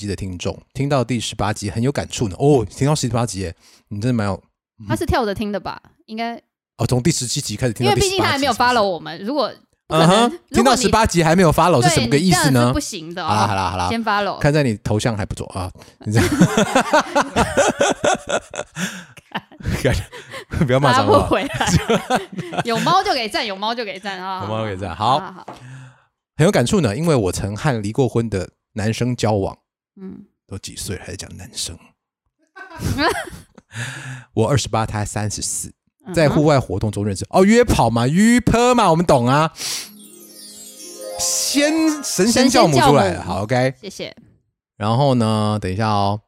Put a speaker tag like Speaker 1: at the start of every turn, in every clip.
Speaker 1: 集的听众，听到第十八集很有感触呢。哦，听到十八集耶，你真的蛮有
Speaker 2: 他是跳着听的吧？应该，
Speaker 1: 哦。从第十七集开始听
Speaker 2: 因
Speaker 1: 到
Speaker 2: 为
Speaker 1: 第18集，
Speaker 2: 毕竟他还没有
Speaker 1: 是不是
Speaker 2: follow 我们。如果不
Speaker 1: 嗯
Speaker 2: 可能
Speaker 1: 哼，听到十，八集还没有 follow
Speaker 2: 如
Speaker 1: 是什
Speaker 2: 果你
Speaker 1: 么个意思
Speaker 2: 对你这
Speaker 1: 呢
Speaker 2: 样是不？行的
Speaker 1: 好啦好
Speaker 2: 哦，
Speaker 1: 啦好啦，
Speaker 2: 先 follow。
Speaker 1: 看在你头像还不错啊，你 这样，看不 要骂
Speaker 2: 拉
Speaker 1: 脏
Speaker 2: 不
Speaker 1: 话，
Speaker 2: 回来， 有猫就给赞，有猫就给赞啊！
Speaker 1: 有猫就给赞好
Speaker 2: 好，好
Speaker 1: 很有感触呢。因为我曾和离过婚的男生交往，
Speaker 2: 嗯，
Speaker 1: 都几岁了还在讲男 生，我二十八，他三十四，
Speaker 2: 嗯
Speaker 1: 在户外活动中认识。哦，约跑嘛，约跑嘛，我们懂啊。先神仙教母出来
Speaker 2: 神仙教
Speaker 1: 了，
Speaker 2: 母
Speaker 1: 好 OK。
Speaker 2: 谢谢，
Speaker 1: 然后呢，等一下哦，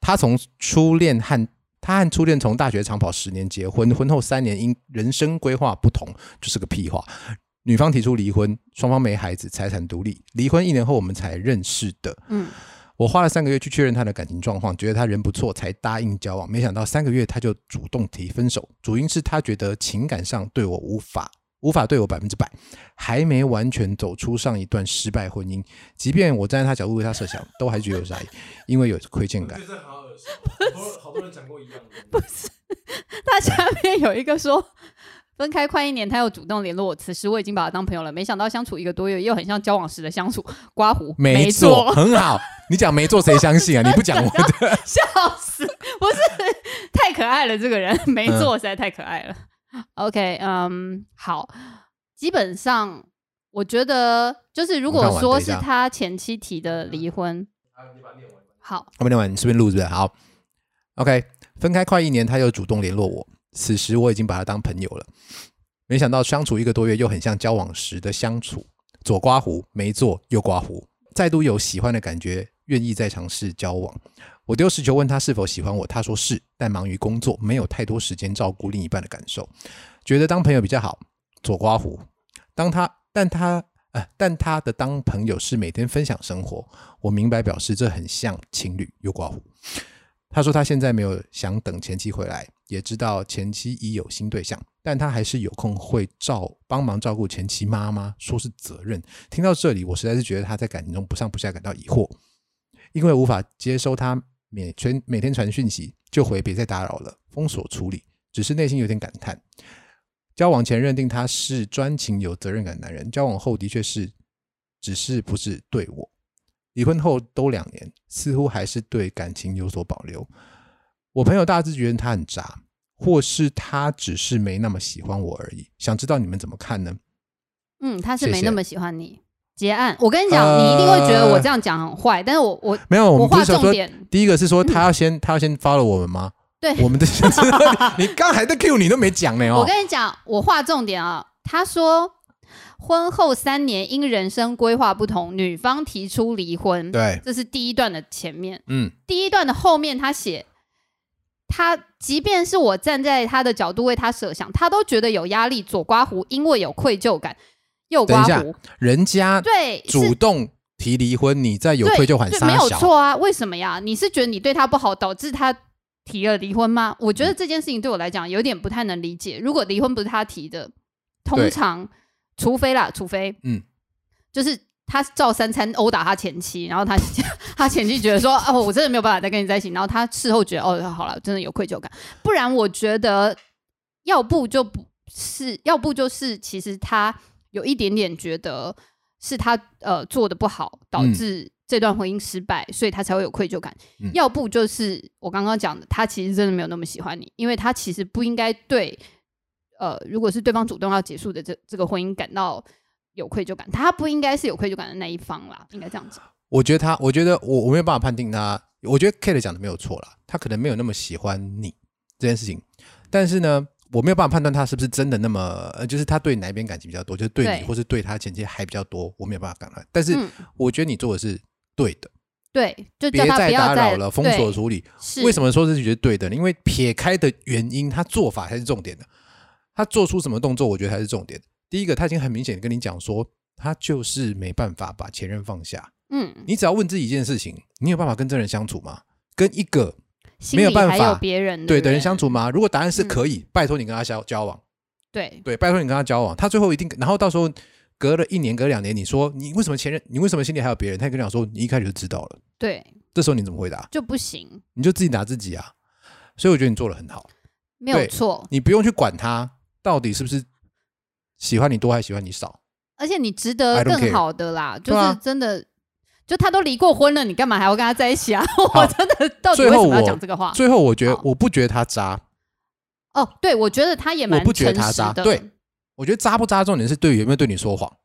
Speaker 1: 他从初恋和他和初恋从大学长跑十年结婚，婚后三年因人生规划不同，就是个屁话。女方提出离婚，双方没孩子，财产独立。离婚一年后我们才认识的。
Speaker 2: 嗯，
Speaker 1: 我花了三个月去确认他的感情状况，觉得他人不错，才答应交往。没想到三个月他就主动提分手，主因是他觉得情感上对我无法无法对我百分之百，还没完全走出上一段失败婚姻。即便我站在他角度为他设想，都还觉得有啥，因为有亏欠感
Speaker 3: 我。觉得这好恶心，好多好多人讲过一样的。不是，
Speaker 2: 他下面有一个说。分开快一年，他又主动联络我，此时我已经把他当朋友了。没想到相处一个多月，又很像交往时的相处。刮胡，
Speaker 1: 没
Speaker 2: 错
Speaker 1: 做，， 很好。你讲没做谁相信啊？你不讲我的，
Speaker 2: 笑死！不 是太可爱了，这个人 没
Speaker 1: 嗯
Speaker 2: 做实在太可爱了。OK，嗯，好，基本上我觉得就是如
Speaker 1: 我看
Speaker 2: 果
Speaker 1: 完
Speaker 2: 说
Speaker 1: 等一
Speaker 2: 是
Speaker 1: 下嗯
Speaker 2: 他前妻提的离婚，好，
Speaker 1: 我们念完，你顺便录是不是？好，OK。分开快一年，他又主动联络我，此时我已经把他当朋友了。没想到相处一个多月，又很像交往时的相处，左刮胡，没做右刮胡，再度有喜欢的感觉，愿意再尝试交往。我丢石球问他是否喜欢我，他说是，但忙于工作，没有太多时间照顾另一半的感受，觉得当朋友比较好。左刮胡，当他，但他，呃，但他的当朋友是每天分享生活，我明白表示这很像情侣又刮胡。他说他现在没有想等前妻回来，也知道前妻已有新对象，但他还是有空会照帮忙照顾前妻妈妈，说是责任。听到这里，我实在是觉得他在感情中不上不下，感到疑惑，因为无法接收他每全每天传讯息就回别再打扰了，封锁处理，只是内心有点感叹。交往前认定他是专情有责任感的男人，交往后的确是，只是不是对我。离婚后都两年，似乎还是对感情有所保留。我朋友大致觉得他很渣，或是他只是没那么喜欢我而已。想知道你们怎么看呢？
Speaker 2: 嗯，他是
Speaker 1: 谢
Speaker 2: 没
Speaker 1: 谢
Speaker 2: 那么喜欢你。结案，我跟你讲，你一定会觉得我这样讲很坏，但是我我
Speaker 1: 没有，我们哦不
Speaker 2: 画
Speaker 1: 是想
Speaker 2: 重
Speaker 1: 说，
Speaker 2: 点，嗯
Speaker 1: 第一个是说他要先、他要先 follow 我们吗？
Speaker 2: 对
Speaker 1: 我们的你 刚才的 Q 你都没讲呢
Speaker 2: 我
Speaker 1: 哦。
Speaker 2: 跟你讲，我划重点啊。他说，婚后三年因人生规划不同，女方提出离婚。
Speaker 1: 对，
Speaker 2: 这是第一段的前面。
Speaker 1: 嗯，
Speaker 2: 第一段的后面，他写他即便是我站在他的角度为他设想，他都觉得有压力。左刮胡，因为有愧疚感；右刮
Speaker 1: 等
Speaker 2: 胡，
Speaker 1: 人家
Speaker 2: 对，
Speaker 1: 主
Speaker 2: 是
Speaker 1: 动提离婚，你再有愧疚感
Speaker 2: 对，
Speaker 1: 撒
Speaker 2: 没有
Speaker 1: 小，
Speaker 2: 错啊。为什么呀？你是觉得你对他不好，导致他提了离婚吗？我觉
Speaker 1: 嗯
Speaker 2: 得这件事情对我来讲有点不太能理解。如果离婚不是他提的，通
Speaker 1: 对
Speaker 2: 常除非啦，除非
Speaker 1: 嗯，
Speaker 2: 就是他照三餐殴打他前妻，然后他 他前妻觉得说哦，我真的没有办法再跟你在一起，然后他事后觉得哦，好了，真的有愧疚感。不然我觉得要不就不是，要不就是其实他有一点点觉得是他呃做的不好，导
Speaker 1: 嗯
Speaker 2: 致这段婚姻失败，所以他才会有愧疚感。
Speaker 1: 嗯
Speaker 2: 要不就是我刚刚讲的，他其实真的没有那么喜欢你，因为他其实不应该对呃，如果是对方主动要结束的这这个婚姻感到。有愧疚感，他不应该是有愧疚感的那一方啦，应该这样讲。
Speaker 1: 我觉得他，我觉得我我没有办法判定他。我觉得 Kate 讲的没有错啦，他可能没有那么喜欢你这件事情，但是呢，我没有办法判断他是不是真的那么，呃，就是他对哪一边感情比较多，就是对你
Speaker 2: 对
Speaker 1: 或是对他前妻还比较多，我没有办法感断。但是
Speaker 2: 嗯
Speaker 1: 我觉得你做的是对的，
Speaker 2: 对，就
Speaker 1: 别
Speaker 2: 叫他
Speaker 1: 再
Speaker 2: 不要
Speaker 1: 打
Speaker 2: 再
Speaker 1: 扰了，封
Speaker 2: 对
Speaker 1: 锁处理。
Speaker 2: 是
Speaker 1: 为什么说是觉得对的呢？因为撇开的原因，他做法才是重点的。他做出什么动作，我觉得才是重点。第一个，他已经很明显地跟你讲说，他就是没办法把前任放下。
Speaker 2: 嗯，
Speaker 1: 你只要问自己一件事情：你有办法跟真人相处吗？跟一个
Speaker 2: 心
Speaker 1: 没有
Speaker 2: 里
Speaker 1: 办
Speaker 2: 还有
Speaker 1: 法
Speaker 2: 别人
Speaker 1: 对的
Speaker 2: 的
Speaker 1: 人相处吗？如果答案是
Speaker 2: 嗯
Speaker 1: 可以，拜托你跟他交交往，
Speaker 2: 对
Speaker 1: 对，拜托你跟他交往，他最后一定，然后到时候隔了一年、隔两年，你说你为什么前任，你为什么心里还有别人？他跟你讲说，你一开始就知道了，
Speaker 2: 对，
Speaker 1: 这时候你怎么回答？
Speaker 2: 就不行，
Speaker 1: 你就自己打自己啊。所以我觉得你做的很好，
Speaker 2: 没有
Speaker 1: 对
Speaker 2: 错。
Speaker 1: 你不用去管他到底是不是喜欢你多还是喜欢你少。
Speaker 2: 而且你值得
Speaker 1: I don't
Speaker 2: 更
Speaker 1: care
Speaker 2: 好的啦，就
Speaker 1: 对啊
Speaker 2: 是真的，就他都离过婚了，你干嘛还要跟他在一起啊？
Speaker 1: 好
Speaker 2: 我真的到底为
Speaker 1: 最后
Speaker 2: 什么要
Speaker 1: 我
Speaker 2: 讲这个话？
Speaker 1: 最后，我觉得
Speaker 2: 好
Speaker 1: 我不觉得他渣，
Speaker 2: 哦，对，我觉得他也蛮
Speaker 1: 我不觉得他
Speaker 2: 诚实
Speaker 1: 渣
Speaker 2: 的
Speaker 1: 对，我觉得渣不渣重点是对于有没有对你说谎，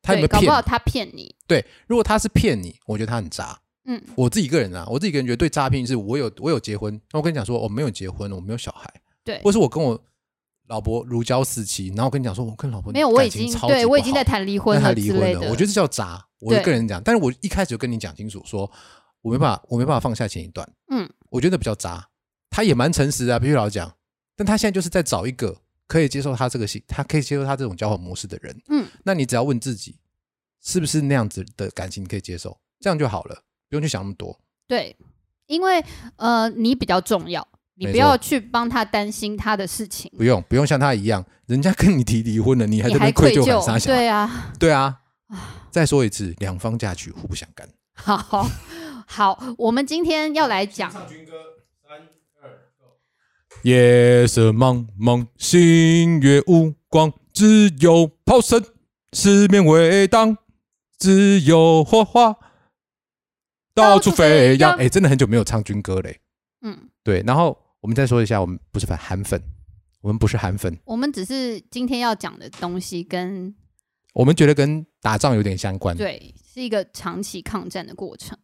Speaker 1: 他有没有
Speaker 2: 对，搞
Speaker 1: 骗
Speaker 2: 不好
Speaker 1: 你。
Speaker 2: 他骗你，
Speaker 1: 对，如果他是骗你，我觉得他很渣。
Speaker 2: 嗯，
Speaker 1: 我自己个人啊，我自己个人觉得对诈骗是我有我有结婚，那我跟你讲说我没有结婚，我没有小孩，
Speaker 2: 对
Speaker 1: 或，是我跟我老婆如胶似漆，然后我跟你讲说我跟老婆
Speaker 2: 没有，我
Speaker 1: 感
Speaker 2: 已
Speaker 1: 情
Speaker 2: 经
Speaker 1: 超级
Speaker 2: 对
Speaker 1: 不
Speaker 2: 我已经
Speaker 1: 好
Speaker 2: 在谈离
Speaker 1: 那
Speaker 2: 婚
Speaker 1: 他
Speaker 2: 了
Speaker 1: 离
Speaker 2: 之
Speaker 1: 婚
Speaker 2: 类
Speaker 1: 了，
Speaker 2: 的，
Speaker 1: 我觉得这叫渣。我
Speaker 2: 对
Speaker 1: 个人讲，但是我一开始就跟你讲清楚说，我没办法，我没办法放下前一段。
Speaker 2: 嗯，
Speaker 1: 我觉得比较渣。他也蛮诚实的、啊，必须老实讲。但他现在就是在找一个可以接受他这个性，他可以接受他这种交往模式的人。
Speaker 2: 嗯，
Speaker 1: 那你只要问自己，是不是那样子的感情你可以接受，这样就好了，不用去想那么多。
Speaker 2: 对，因为呃，你比较重要，你
Speaker 1: 没
Speaker 2: 不
Speaker 1: 错
Speaker 2: 要去帮他担心他的事情，
Speaker 1: 不用，不用像他一样，人家跟你提离婚了，你还
Speaker 2: 你
Speaker 1: 在那
Speaker 2: 还
Speaker 1: 边
Speaker 2: 愧
Speaker 1: 疚感啥
Speaker 2: 疚，
Speaker 1: 想？
Speaker 2: 对啊，
Speaker 1: 对啊。再说一次，两方嫁娶互不相干。
Speaker 2: 好 好，我们今天要来讲
Speaker 3: 唱军歌，三二 go。
Speaker 1: 夜色茫茫，星月无光，只有炮声四面回荡，只有火花到处飞
Speaker 2: 到处飞
Speaker 1: 扬。
Speaker 2: 扬
Speaker 1: 哎、真的很久没有唱军歌嘞。
Speaker 2: 嗯，
Speaker 1: 对，然后我们再说一下，我们不是反韩粉，我们不是韩粉，
Speaker 2: 我们只是今天要讲的东西跟
Speaker 1: 我们觉得跟打仗有点相关。
Speaker 2: 对是一个长期抗战的过程。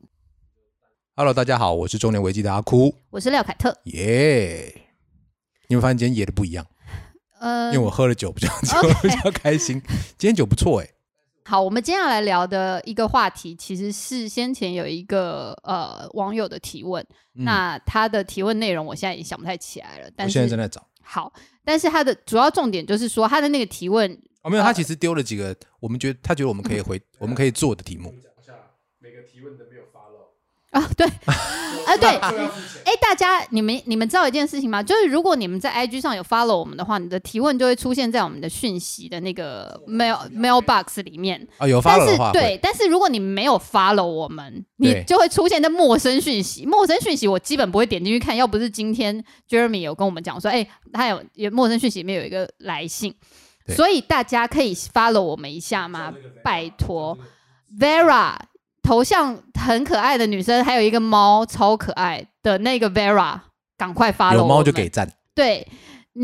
Speaker 1: ，Hello，大家好，我是中年危机的阿哭，
Speaker 2: 我是廖凯特，
Speaker 1: 耶、你们发现今天野的不一样，
Speaker 2: 呃
Speaker 1: 因为，我喝了酒，比较就
Speaker 2: OK
Speaker 1: 比较开心。今天酒不错哎、
Speaker 2: 好，我们接下来聊的一个话题，其实是先前有一个呃网友的提问，
Speaker 1: 嗯
Speaker 2: 那他的提问内容我现在也想不太起来了，但
Speaker 1: 我
Speaker 2: 是
Speaker 1: 现在正在找。
Speaker 2: 好，但是他的主要重点就是说他的那个提问，
Speaker 1: 哦，没有，他
Speaker 2: 呃嗯
Speaker 1: 其实丢了几个，我们觉得他觉得我们可以回，我们可以做的题目。
Speaker 3: 讲一下每个提问的没有发漏。
Speaker 2: 啊，对，
Speaker 3: 啊
Speaker 2: 对
Speaker 3: 最要付钱。
Speaker 2: 哎，大家你们你们知道一件事情吗？就是如果你们在 IG 上有 follow 我们的话，你的提问就会出现在我们的讯息的那个 mail mail box 里面。
Speaker 1: 啊，有发
Speaker 2: 但
Speaker 1: 了
Speaker 2: 是
Speaker 1: 的话，
Speaker 2: 对，但是如果你没有 follow 我们，
Speaker 1: 对
Speaker 2: 你就会出现在陌生讯息。陌生讯息我基本不会点进去看，要不是今天 Jeremy 有跟我们讲说，哎、他有有陌生讯息里面有一个来信，
Speaker 1: 对
Speaker 2: 所以大家可以 follow 我们一下吗？拜托。Vera 头像很可爱的女生，还有一个猫超可爱的那个 Vera，赶快发了。
Speaker 1: 有猫就给。赞。
Speaker 2: 对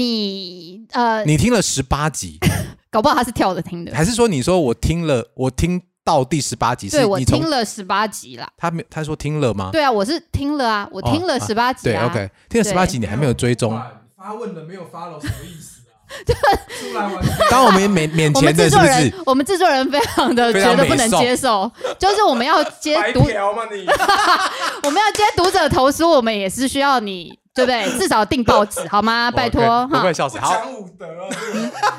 Speaker 2: 你呃，
Speaker 1: 你听了十八集，
Speaker 2: 搞不好他是跳着听的。
Speaker 1: 还是说你说我听了，我听到第十八集
Speaker 2: 对
Speaker 1: 是
Speaker 2: 我
Speaker 1: 你从
Speaker 2: 听了十八集啦。
Speaker 1: 他没他说听了吗？
Speaker 2: 对啊，我是听了啊，我听了
Speaker 1: 哦啊
Speaker 2: 十八集
Speaker 1: 对
Speaker 2: 啊。
Speaker 1: ，OK，听了十八集你还没有追 踪。
Speaker 3: 发问了没有发漏什么意思啊？出来玩。
Speaker 1: 刚刚我们也免免
Speaker 2: 我
Speaker 1: 钱
Speaker 2: 们
Speaker 1: 的
Speaker 2: 制
Speaker 1: 是
Speaker 2: 作
Speaker 1: 不
Speaker 2: 人
Speaker 1: 是？，
Speaker 2: 我们制作人非常的
Speaker 1: 非
Speaker 2: 觉
Speaker 1: 常
Speaker 2: 得不
Speaker 1: 美
Speaker 2: 能
Speaker 1: 颂
Speaker 2: 接受，就是我们要接
Speaker 3: 白
Speaker 2: 读，
Speaker 3: 嫖吗你？
Speaker 2: 我们要接读者投诉，我们也是需要你，对不对？至少订报纸 好吗？啊拜托
Speaker 1: 我
Speaker 2: 哈
Speaker 1: 快，笑死。
Speaker 3: 不
Speaker 1: 好，
Speaker 3: 讲武德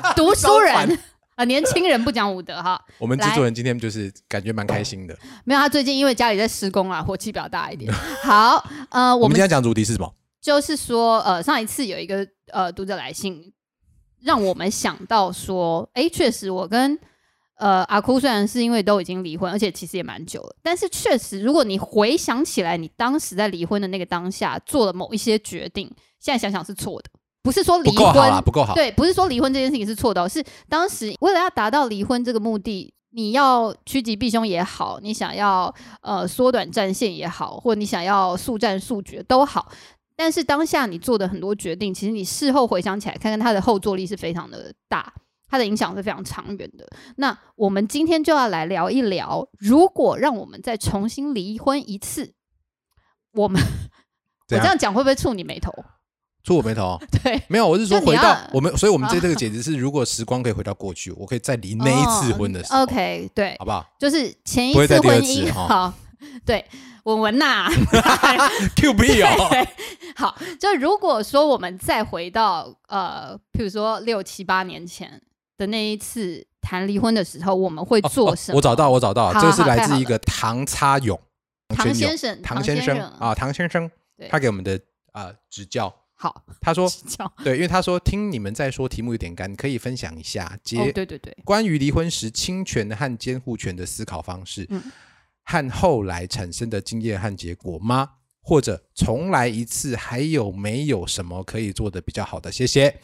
Speaker 3: 啊！
Speaker 2: 读书
Speaker 1: 招
Speaker 2: 人
Speaker 1: 反
Speaker 2: 啊，年轻人不讲武德哈。
Speaker 1: 我们制作人今天就是感觉蛮开心的。
Speaker 2: 没有，他最近因为家里在施工啊，火气比较大一点。好，呃，
Speaker 1: 我
Speaker 2: 我
Speaker 1: 们
Speaker 2: 们
Speaker 1: 今天讲主题是什么？
Speaker 2: 就是说，呃，上一次有一个呃读者来信，让我们想到说，诶，确实我跟呃阿哭虽然是因为都已经离婚，而且其实也蛮久了，但是确实，如果你回想起来，你当时在离婚的那个当下做了某一些决定，现在想想是错的，不是说
Speaker 1: 不
Speaker 2: 离
Speaker 1: 够好啦，
Speaker 2: 婚
Speaker 1: 不够好。
Speaker 2: 对，不是说离婚这件事情是错的哦、是当时为了要达到离婚这个目的，你要趋吉避凶也好，你想要呃缩短战线也好，或你想要速战速决都好。但是当下你做的很多决定，其实你事后回想起来，看看它的后坐力是非常的大，它的影响是非常长远的。那我们今天就要来聊一聊，如果让我们再重新离婚一次，我们我
Speaker 1: 怎
Speaker 2: 这
Speaker 1: 样
Speaker 2: 样讲会不会触你眉头？
Speaker 1: 出我眉头哦。
Speaker 2: 对，
Speaker 1: 没有，我是说
Speaker 2: 就你
Speaker 1: 回
Speaker 2: 要啊
Speaker 1: 到我们，所以我们这这个解释是，如果时光可以回到过去，我可以再离那一次婚的时候，
Speaker 2: 哦 OK，对
Speaker 1: 好，不好
Speaker 2: 就是前一
Speaker 1: 不会
Speaker 2: 次
Speaker 1: 再第
Speaker 2: 婚
Speaker 1: 二次
Speaker 2: 姻，
Speaker 1: 哦
Speaker 2: 好，对，文 文呐、
Speaker 1: ？Q B 哦，
Speaker 2: 对，好，就如果说我们再回到呃，譬如说六七八年前的那一次谈离婚的时候，我们会做什么？
Speaker 1: 哦我找到，我找到，
Speaker 2: 好
Speaker 1: 这个是
Speaker 2: 好
Speaker 1: 来
Speaker 2: 太好
Speaker 1: 自一
Speaker 2: 了
Speaker 1: 个唐插勇，全
Speaker 2: 唐
Speaker 1: 勇
Speaker 2: 先生，
Speaker 1: 唐
Speaker 2: 先
Speaker 1: 生啊，唐先生
Speaker 2: 对，
Speaker 1: 他给我们的啊指教。
Speaker 2: 好，
Speaker 1: 他 说
Speaker 2: 计较
Speaker 1: 对，因为他说听你们在说题目有点干，可以分享一下
Speaker 2: 哦，
Speaker 1: 结
Speaker 2: 对对对，
Speaker 1: 关于离婚时侵权和监护权的思考方式，
Speaker 2: 嗯
Speaker 1: 和后来产生的经验和结果吗？或者重来一次，还有没有什么可以做的比较好的？谢谢。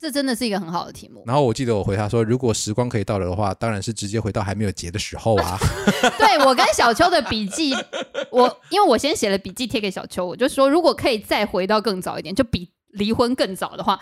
Speaker 2: 这真的是一个很好的题目。
Speaker 1: 然后我记得我回他说，如果时光可以倒流的话，当然是直接回到还没有结的时候啊。
Speaker 2: 对我跟小秋的笔记，我因为我先写了笔记贴给小秋，我就说如果可以再回到更早一点，就比离婚更早的话，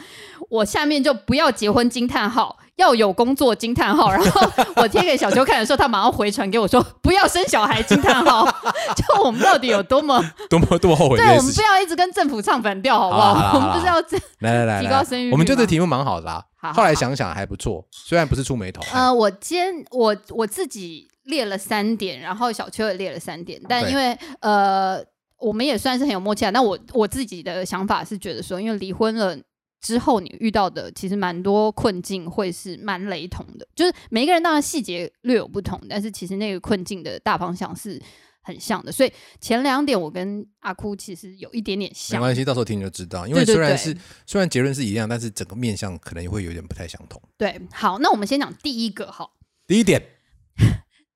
Speaker 2: 我下面就不要结婚惊叹号，要有工作惊叹号。然后我贴给小秋看的时候，他马上回传给我说不要生小孩惊叹号。 就我们到底有多么
Speaker 1: 多么多么后悔这
Speaker 2: 对，我
Speaker 1: 件
Speaker 2: 们
Speaker 1: 事
Speaker 2: 不
Speaker 1: 情。
Speaker 2: 要一直跟政府唱反调，好不好？
Speaker 1: 好啦好啦
Speaker 2: 我们不是要这
Speaker 1: 来来来
Speaker 2: 提
Speaker 1: 来，
Speaker 2: 高生育率
Speaker 1: 我们就这
Speaker 2: 吗
Speaker 1: 题目蛮好的啦。
Speaker 2: 好好
Speaker 1: 后来
Speaker 2: 好
Speaker 1: 想想还不错，虽然不是触眉头。
Speaker 2: 呃，我今天我我自己列了三点，然后小邱也列了三点，但
Speaker 1: 对
Speaker 2: 因为呃，我们也算是很有默契啊。那我我自己的想法是觉得说，因为离婚了。之后你遇到的其实蛮多困境会是蛮雷同的，就是每一个人当然细节略有不同，但是其实那个困境的大方向是很像的。所以前两点我跟阿哭其实有一点点
Speaker 1: 没
Speaker 2: 像，
Speaker 1: 关系，到时候听你就知道。因为
Speaker 2: 对对
Speaker 1: 虽然
Speaker 2: 对
Speaker 1: 是虽然结论是一样，但是整个面向可能也会有点不太相同。
Speaker 2: 对。好，那我们先讲第一个好，
Speaker 1: 第一点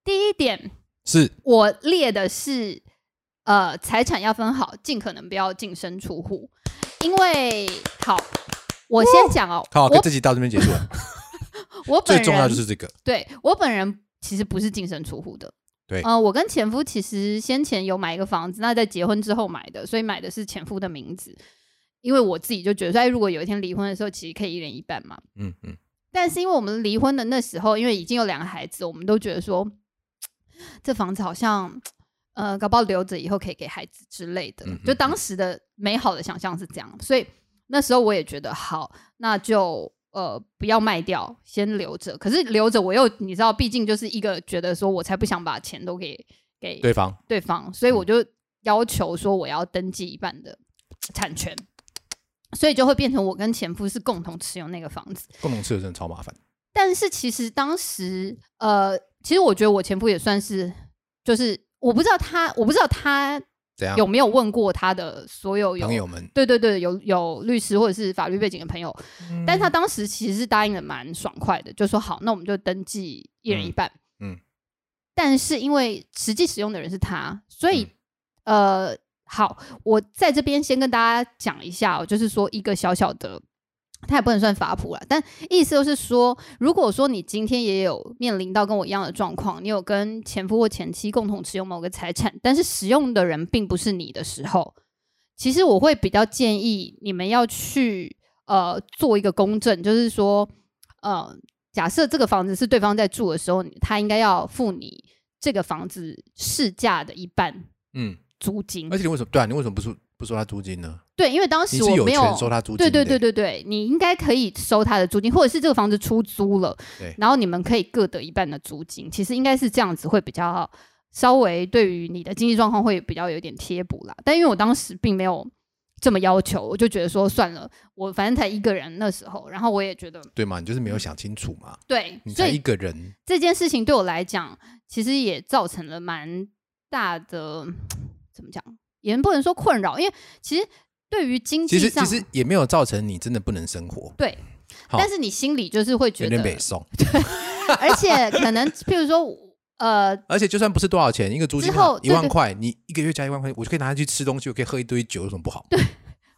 Speaker 2: 第一点
Speaker 1: 是
Speaker 2: 我列的是，呃，财产要分好，尽可能不要净身出户，因为好，我先讲哦，
Speaker 1: 好，
Speaker 2: 我
Speaker 1: 这集到这边结束了。
Speaker 2: 我本
Speaker 1: 最
Speaker 2: 人
Speaker 1: 重要就是这个，
Speaker 2: 对我本人其实不是净身出户的。
Speaker 1: 对
Speaker 2: 呃，我跟前夫其实先前有买一个房子，那在结婚之后买的，所以买的是前夫的名字，因为我自己就觉得说，哎，如果有一天离婚的时候，其实可以一人一半嘛。
Speaker 1: 嗯嗯，
Speaker 2: 但是因为我们离婚的那时候，因为已经有两个孩子，我们都觉得说，这房子好像，呃，搞不好留着以后可以给孩子之类的
Speaker 1: 嗯嗯。
Speaker 2: 就当时的美好的想象是这样，所以那时候我也觉得好，那就呃不要卖掉，先留着。可是留着我又你知道，毕竟就是一个觉得说我才不想把钱都给给
Speaker 1: 对嗯方
Speaker 2: 对方，所以我就要求说我要登记一半的产权。所以就会变成我跟前夫是共同持有那个房子，
Speaker 1: 共同持有真的超麻烦。
Speaker 2: 但是其实当时，呃，其实我觉得我前夫也算是，就是我不知道他，我不知道他
Speaker 1: 怎样？
Speaker 2: 有没有问过他的所有有
Speaker 1: 啊朋友们，
Speaker 2: 对对对，有有律师或者是法律背景的朋友，
Speaker 1: 嗯
Speaker 2: 但是他当时其实是答应的蛮爽快的，就说好，那我们就登记一人一半。
Speaker 1: 嗯嗯
Speaker 2: 但是因为实际使用的人是他，所以、
Speaker 1: 嗯
Speaker 2: 呃，好，我在这边先跟大家讲一下、哦，就是说一个小小的。他也不能算法普了，但意思就是说，如果说你今天也有面临到跟我一样的状况，你有跟前夫或前妻共同持有某个财产，但是使用的人并不是你的时候，其实我会比较建议你们要去呃做一个公证，就是说，呃，假设这个房子是对方在住的时候，他应该要付你这个房子市价的一半
Speaker 1: 嗯，
Speaker 2: 租金
Speaker 1: 而。且你为什么对啊？你为什么不说不收他租金呢？
Speaker 2: 对，因为当
Speaker 1: 你
Speaker 2: 时
Speaker 1: 是
Speaker 2: 我没
Speaker 1: 权收他租金
Speaker 2: 对
Speaker 1: 的，
Speaker 2: 对对对对，你应该可以收他的租金，或者是这个房子出租了
Speaker 1: 对，
Speaker 2: 然后你们可以各得一半的租金。其实应该是这样子会比较稍微对于你的经济状况会比较有点贴补啦。但因为我当时并没有这么要求，我就觉得说算了，我反正才一个人那时候，然后我也觉得
Speaker 1: 对嘛，你就是没有想清楚嘛，
Speaker 2: 对，
Speaker 1: 你
Speaker 2: 所
Speaker 1: 才
Speaker 2: 以
Speaker 1: 一个人，
Speaker 2: 这件事情对我来讲，其实也造成了蛮大的怎么讲，也不能说困扰，因为其实对于经
Speaker 1: 其
Speaker 2: 济
Speaker 1: 实
Speaker 2: 上
Speaker 1: 其，实也没有造成你真的不能生活，
Speaker 2: 对。
Speaker 1: 好
Speaker 2: 但是你心里就是会觉
Speaker 1: 有
Speaker 2: 得
Speaker 1: 点，北宋。
Speaker 2: 而且可能， 譬如说，呃，
Speaker 1: 而且就算不是多少钱，一个租金
Speaker 2: 之后
Speaker 1: 一万
Speaker 2: 对对
Speaker 1: 块，你一个月加一万块，我就可以拿它去吃东西，我可以喝一堆酒，有什么不好？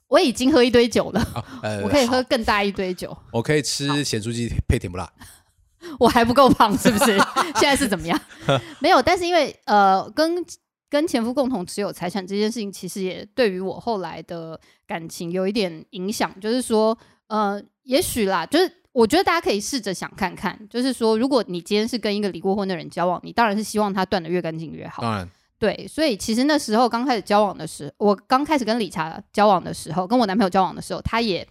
Speaker 2: 我已经喝一堆酒了，
Speaker 1: 啊呃
Speaker 2: 我可以喝
Speaker 1: 好
Speaker 2: 更大一堆酒，
Speaker 1: 我可以吃咸酥鸡配甜不辣。
Speaker 2: 我还不够胖，是不是？现在是怎么样？没有，但是因为呃，跟跟前夫共同持有财产这件事情，其实也对于我后来的感情有一点影响。就是说，呃，也许啦，就是我觉得大家可以试着想看看，就是说，如果你今天是跟一个离过婚的人交往，你当然是希望他断的越干净越好。
Speaker 1: 当然，
Speaker 2: 对，所以其实那时候刚开始交往的时候，我刚开始跟理查交往的时候，跟我男朋友交往的时候，他也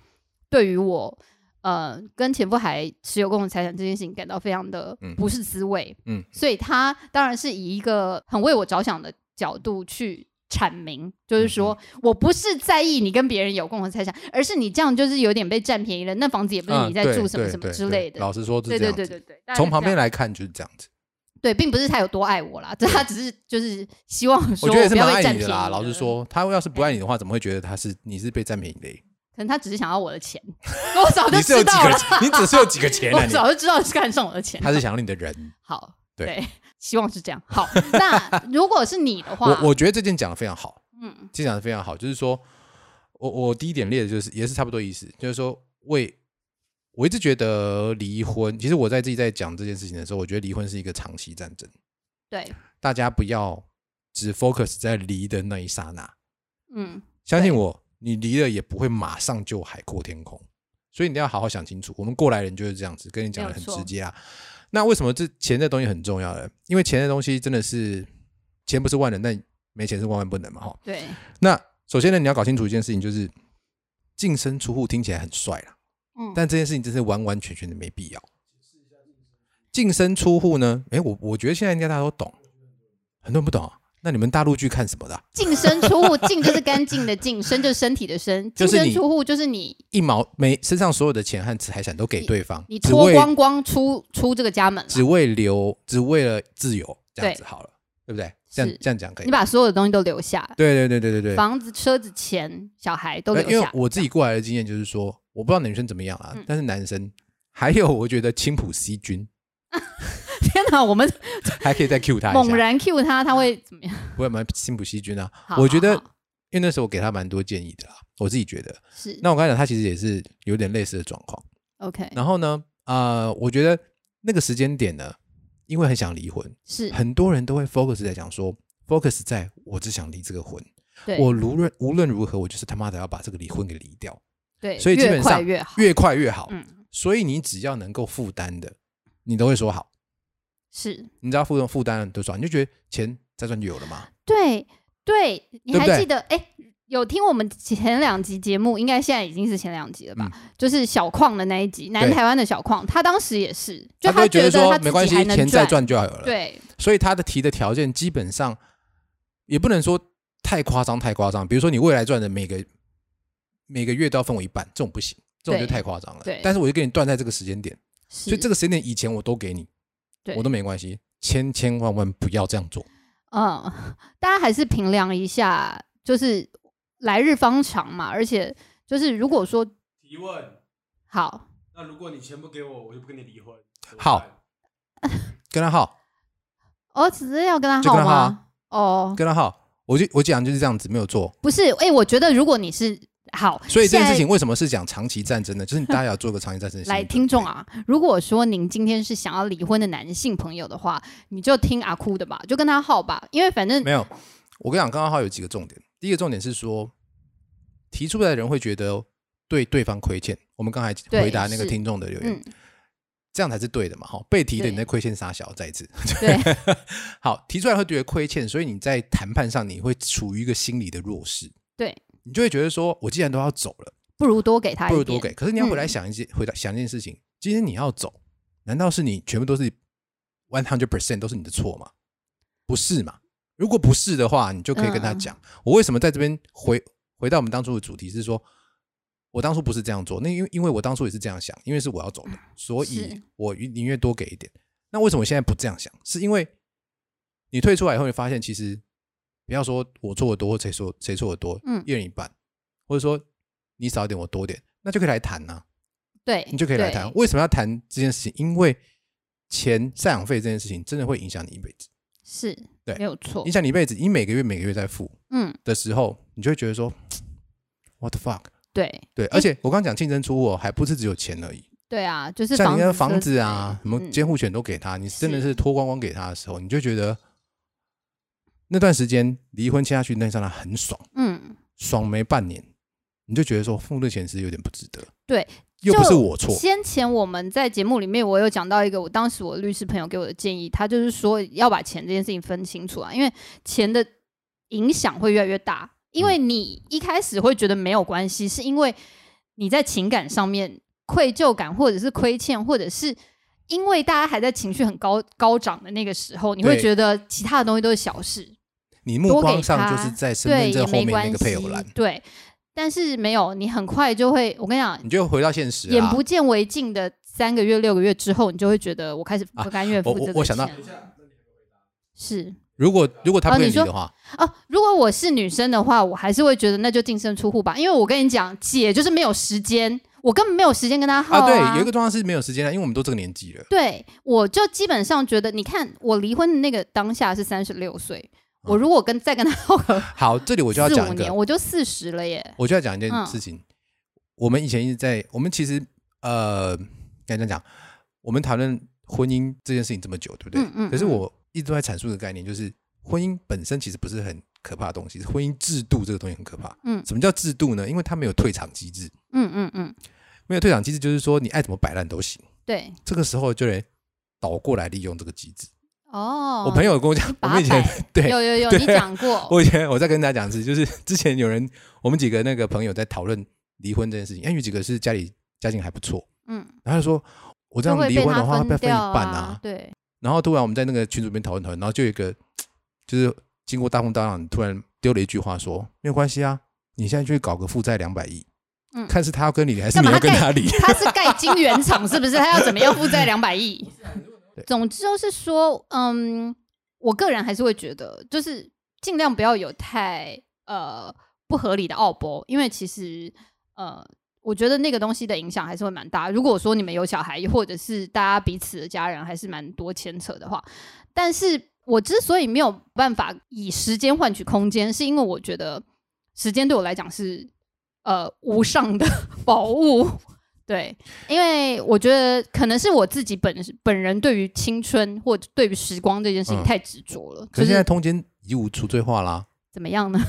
Speaker 2: 对于我呃跟前夫还持有共同财产这件事情感到非常的
Speaker 1: 嗯
Speaker 2: 不是滋味，
Speaker 1: 嗯，
Speaker 2: 所以他当然是以一个很为我着想的角度去阐明，
Speaker 1: 嗯
Speaker 2: 就是说、我不是在意你跟别人有共同财产，而是你这样就是有点被占便宜了，那房子也不是
Speaker 1: 嗯
Speaker 2: 你在
Speaker 1: 对
Speaker 2: 住什么
Speaker 1: 对
Speaker 2: 什么
Speaker 1: 对
Speaker 2: 之
Speaker 1: 对
Speaker 2: 类的，
Speaker 1: 老实说是
Speaker 2: 对
Speaker 1: 这
Speaker 2: 对
Speaker 1: 样
Speaker 2: 对
Speaker 1: 子，
Speaker 2: 对对，大概是
Speaker 1: 从
Speaker 2: 这
Speaker 1: 旁边
Speaker 2: 样
Speaker 1: 来看就是这样子。
Speaker 2: 对，并不是他有多爱我啦，这他只是就是希望
Speaker 1: 我
Speaker 2: 说
Speaker 1: 觉得也是
Speaker 2: 不要
Speaker 1: 蛮
Speaker 2: 被
Speaker 1: 爱
Speaker 2: 占
Speaker 1: 你
Speaker 2: 便
Speaker 1: 的
Speaker 2: 宜
Speaker 1: 啦。
Speaker 2: 了
Speaker 1: 老实，说，他要是不爱你的话，怎么会觉得他是你是被占便宜的欸？
Speaker 2: 可能他只是想要我的钱， 我 早就
Speaker 1: 你是有
Speaker 2: 知
Speaker 1: 几
Speaker 2: 道了，
Speaker 1: 个？你只是有几个钱啊？
Speaker 2: 我
Speaker 1: 你
Speaker 2: 早就知道是看上我的钱。
Speaker 1: 他是想要你的 人。
Speaker 2: 好，
Speaker 1: 对
Speaker 2: 希望是这样。好，那如果是你的话，
Speaker 1: 我我觉得这件讲的非常好，
Speaker 2: 嗯
Speaker 1: 这件讲的非常好，就是说我我第一点列的就是也是差不多意思，就是说为我一直觉得离婚，其实我在自己在讲这件事情的时候，我觉得离婚是一个长期战争，
Speaker 2: 对，
Speaker 1: 大家不要只 focus 在离的那一刹那，
Speaker 2: 嗯
Speaker 1: 相信我，你离了也不会马上就海阔天空，所以你一定要好好想清楚。我们过来人就是这样子，跟你讲的很
Speaker 2: 没有错
Speaker 1: 直接啊。那为什么这钱这东西很重要呢？因为钱这东西真的是钱不是万能，但没钱是万万不能嘛哈。
Speaker 2: 对，
Speaker 1: 那首先呢，你要搞清楚一件事情，就是净身出户听起来很帅啦，
Speaker 2: 嗯
Speaker 1: 但这件事情真是完完全全的没必要。净身出户呢？诶，我我觉得现在应该大家都懂，很多人不懂啊。那你们大陆剧看什么的啊、
Speaker 2: 净身出户，净就是干净的净，身就是身体的身，
Speaker 1: 就
Speaker 2: 净
Speaker 1: 是你
Speaker 2: 身出户就是你
Speaker 1: 一毛没身上所有的钱和财产都给对方，
Speaker 2: 你
Speaker 1: 只
Speaker 2: 脱
Speaker 1: 为
Speaker 2: 光光出出这个家门了
Speaker 1: 只为留，只为了自由，这样
Speaker 2: 对
Speaker 1: 子好了，对不对？这样
Speaker 2: 是
Speaker 1: 这样讲可以
Speaker 2: 你
Speaker 1: 吧。
Speaker 2: 把所有的东西都留下，
Speaker 1: 对对对对对对，
Speaker 2: 房子、车子、钱、小孩都
Speaker 1: 呃
Speaker 2: 留
Speaker 1: 因为
Speaker 2: 下。
Speaker 1: 我自己过来的经验就是说，我不知道女生怎么样啊
Speaker 2: 嗯，
Speaker 1: 但是男生还有我觉得青浦 C 君
Speaker 2: 天哪，我们
Speaker 1: 还可以再 Q 他一
Speaker 2: 猛
Speaker 1: 下，
Speaker 2: 然 Q 他，他会怎么样？
Speaker 1: 不会蛮青浦 C 君啊，
Speaker 2: 好
Speaker 1: 我觉得
Speaker 2: 好好嗯
Speaker 1: 因为那时候我给他蛮多建议的啦，我自己觉得。
Speaker 2: 是
Speaker 1: 那我刚才讲他其实也是有点类似的状况，
Speaker 2: OK，
Speaker 1: 然后呢，呃，我觉得那个时间点呢，因为很想离婚，
Speaker 2: 是
Speaker 1: 很多人都会 focus 在讲说，focus 在我只想离这个婚，
Speaker 2: 对，
Speaker 1: 我无论无论如何，我就是他妈的要把这个离婚给离掉，
Speaker 2: 对，
Speaker 1: 所以基
Speaker 2: 越
Speaker 1: 本
Speaker 2: 快
Speaker 1: 上
Speaker 2: 越好。
Speaker 1: 越快越好。
Speaker 2: 嗯，
Speaker 1: 所以你只要能够负担的，你都会说好，
Speaker 2: 是
Speaker 1: 你只要负担负担多少，你就觉得钱再赚就有了嘛。
Speaker 2: 对对，你
Speaker 1: 对不
Speaker 2: 还
Speaker 1: 对
Speaker 2: 记得哎？有听我们前两集节目，应该现在已经是前两集了吧？就是小矿的那一集，南
Speaker 1: 嗯对
Speaker 2: 台湾的小矿，他当时也是，就
Speaker 1: 他都会
Speaker 2: 觉
Speaker 1: 得
Speaker 2: 他
Speaker 1: 说
Speaker 2: 自
Speaker 1: 没关
Speaker 2: 己
Speaker 1: 系
Speaker 2: 还，
Speaker 1: 钱
Speaker 2: 能
Speaker 1: 再，赚就好了。，
Speaker 2: 对，
Speaker 1: 所以他的提的条件基本上也不能说太夸张，太夸张。比如说你未来赚的每个每个月都要分我一半，这种不行，这种就
Speaker 2: 对
Speaker 1: 太夸张了
Speaker 2: 对。
Speaker 1: 但是我就给你断在这个时间点。
Speaker 2: 所
Speaker 1: 所以这个时间点以前我都给你，
Speaker 2: 对
Speaker 1: 我都没关系，千千万万不要这样做。
Speaker 2: 嗯，大家还是评量一下，就是来日方长嘛。而且就是如果说
Speaker 3: 提问：
Speaker 2: 好，
Speaker 3: 那如果你钱不给我，我就不跟你离婚。怎么
Speaker 1: 好
Speaker 3: 办，
Speaker 1: 跟他耗，
Speaker 2: 哦，只是要跟他
Speaker 1: 就
Speaker 2: 耗
Speaker 1: 跟他耗
Speaker 2: 吗
Speaker 1: 啊？
Speaker 2: 哦，
Speaker 1: 跟他耗，我就我讲就是这样子，没有做。
Speaker 2: 不是，哎、我觉得如果你是好，
Speaker 1: 所以这件事
Speaker 2: 现
Speaker 1: 情为什么是讲长期战争呢？就是你大家要做个长期战争的心理
Speaker 2: 在
Speaker 1: 准备。
Speaker 2: 来听众啊，如果说您今天是想要离婚的男性朋友的话，你就听阿哭的吧，就跟他耗吧，因为反正
Speaker 1: 没有，我跟你讲，刚刚好有几个重点。第一个重点是说，提出来的人会觉得对对方亏欠。我们刚才
Speaker 2: 对
Speaker 1: 回答那个
Speaker 2: 是
Speaker 1: 听众的留言，
Speaker 2: 嗯，
Speaker 1: 这样才是对的嘛？哈，被提的
Speaker 2: 对
Speaker 1: 你在亏欠啥小？再一次，
Speaker 2: 对，
Speaker 1: 好，提出来会觉得亏欠，所以你在谈判上你会处于一个心理的弱势。
Speaker 2: 对，
Speaker 1: 你就会觉得说，我既然都要走了，
Speaker 2: 不如多给他一
Speaker 1: 不
Speaker 2: 点，
Speaker 1: 如多给。可是你要回来
Speaker 2: 嗯
Speaker 1: 想一件，回来想一件事情，今天你要走，难道是你全部都是 one hundred percent 都是你的错吗？不是嘛？如果不是的话，你就可以跟他
Speaker 2: 嗯
Speaker 1: 讲，我为什么在这边回回到我们当初的主题是说，我当初不是这样做，那因为因为我当初也是这样想，因为是我要走的，所以
Speaker 2: 嗯是
Speaker 1: 我宁愿多给一点。那为什么我现在不这样想？是因为你退出来以后，你发现其实不要说我错的多，或谁说谁错的多，
Speaker 2: 嗯
Speaker 1: 一人一半，或者说你少一点，我多点，那就可以来谈呐、
Speaker 2: 对，
Speaker 1: 你就可以来
Speaker 2: 对
Speaker 1: 谈。为什么要谈这件事情？因为钱赡养费这件事情真的会影响你一辈子，
Speaker 2: 是，
Speaker 1: 对
Speaker 2: 没有错
Speaker 1: 影，响你一辈子。你每个月每个月在付
Speaker 2: 嗯，
Speaker 1: 的时候，你就会觉得说，what the fuck？
Speaker 2: 对，
Speaker 1: 对，而且我刚刚讲净身出户哦，还不是只有钱而已，
Speaker 2: 对啊，就是
Speaker 1: 像你的
Speaker 2: 车
Speaker 1: 房子啊，
Speaker 2: 之
Speaker 1: 什
Speaker 2: 类的
Speaker 1: 么监护权都给他，你真的
Speaker 2: 嗯是
Speaker 1: 是脱光光给他的时候，你就觉得那段时间离婚签下去那一刹那很爽，
Speaker 2: 嗯嗯，
Speaker 1: 爽没半年，你就觉得说付那钱是有点不值得，
Speaker 2: 对，
Speaker 1: 又不是我错，
Speaker 2: 先前我们在节目里面，我有讲到一个，我当时我律师朋友给我的建议，他就是说要把钱这件事情分清楚啊，因为钱的影响会越来越大。
Speaker 1: 嗯
Speaker 2: 因为你一开始会觉得没有关系，是因为你在情感上面愧疚感，或者是亏欠，或者是因为大家还在情绪很高高涨的那个时候，你会
Speaker 1: 对
Speaker 2: 觉得其他的东西都是小事。
Speaker 1: 你目
Speaker 2: 多给
Speaker 1: 光上
Speaker 2: 他
Speaker 1: 就是在身
Speaker 2: 对，
Speaker 1: 份
Speaker 2: 也
Speaker 1: 证后
Speaker 2: 没
Speaker 1: 面
Speaker 2: 关
Speaker 1: 那
Speaker 2: 系
Speaker 1: 个配偶栏，
Speaker 2: 对，但是没有，你很快就会，我跟你讲，
Speaker 1: 你就回到现实
Speaker 2: 眼
Speaker 1: 啊
Speaker 2: 不。见为净的三个月、六个月之后，你就会觉得我开始不甘愿
Speaker 1: 我
Speaker 2: 付
Speaker 1: 哦
Speaker 2: 这
Speaker 1: 我
Speaker 2: 个
Speaker 1: 我想到
Speaker 2: 钱
Speaker 3: 等一下，那你
Speaker 2: 是
Speaker 1: 如果如果他
Speaker 2: 哦
Speaker 1: 不跟
Speaker 2: 你
Speaker 1: 你
Speaker 2: 说
Speaker 1: 的话，
Speaker 2: 哦，如果我是女生的话，我还是会觉得那就净身出户吧，因为我跟你讲，姐就是没有时间，我根本没有时间跟她耗
Speaker 1: 啊，对，有一
Speaker 2: 啊
Speaker 1: 个状况是没有时间了，因为我们都这个年纪了。
Speaker 2: 对，我就基本上觉得，你看我离婚的那个当下是三十六岁，
Speaker 1: 嗯
Speaker 2: 我如果跟再跟他耗个
Speaker 1: 好，这 里我就要
Speaker 2: 四
Speaker 1: 讲
Speaker 2: 五
Speaker 1: 一个
Speaker 2: 年，，我就四十了耶。
Speaker 1: 我就要讲一件
Speaker 2: 嗯
Speaker 1: 事情。我们以前一直在，我们其实呃，该这样讲，我们讨论婚姻这件事情这么久，对不对？
Speaker 2: 嗯嗯
Speaker 1: 可是
Speaker 2: 嗯
Speaker 1: 我一直都在阐述的概念，就是婚姻本身其实不是很可怕的东西，是婚姻制度这个东西很可怕。
Speaker 2: 嗯
Speaker 1: 什么叫制度呢？因为它没有退场机制，
Speaker 2: 嗯嗯嗯，
Speaker 1: 没有退场机制就是说你爱怎么摆烂都行。
Speaker 2: 对，
Speaker 1: 这个时候就得倒过来利用这个机制。
Speaker 2: 哦，
Speaker 1: 我朋友跟我讲
Speaker 2: 你，
Speaker 1: 我
Speaker 2: 把它
Speaker 1: 们以前
Speaker 2: 摆
Speaker 1: 对
Speaker 2: 有有有，
Speaker 1: 对
Speaker 2: 你讲 过，
Speaker 1: 我以前我再跟大家讲一次，就是 之前有人我们几个那个朋友在讨论离婚这件事情，因为哎有几个是家里家境还不错，
Speaker 2: 嗯，
Speaker 1: 然后他就说我这
Speaker 2: 就
Speaker 1: 样
Speaker 2: 会
Speaker 1: 离
Speaker 2: 被
Speaker 1: 婚
Speaker 2: 他
Speaker 1: 的话，被
Speaker 2: 分
Speaker 1: 分一
Speaker 2: 掉
Speaker 1: 半
Speaker 2: 啊
Speaker 1: 啊，。
Speaker 2: 对，
Speaker 1: 然后突然我们在那个群组里面讨论讨论，然后就有一个就是经过大风大浪，突然丢了一句话说没有关系啊，你现在去搞个负债两百亿，
Speaker 2: 嗯
Speaker 1: 看是他要跟你离还是
Speaker 2: 干
Speaker 1: 你
Speaker 2: 嘛
Speaker 1: 要跟
Speaker 2: 盖
Speaker 1: 他离。
Speaker 2: 他是盖金圆厂是不是？他要怎么样负债两百亿？总之就是说，嗯，我个人还是会觉得，就是尽量不要有太呃不合理的奥博，因为其实呃，我觉得那个东西的影响还是会蛮大。如果说你们有小孩，或者是大家彼此的家人还是蛮多牵扯的话，但是我之所以没有办法以时间换取空间，是因为我觉得时间对我来讲是呃无上的宝物。对，因为我觉得可能是我自己本本人对于青春或者对于时光这件事情
Speaker 1: 嗯
Speaker 2: 太执着了，
Speaker 1: 可
Speaker 2: 就是
Speaker 1: 现在
Speaker 2: 是
Speaker 1: 通奸已无处罪化啦，
Speaker 2: 怎么样呢？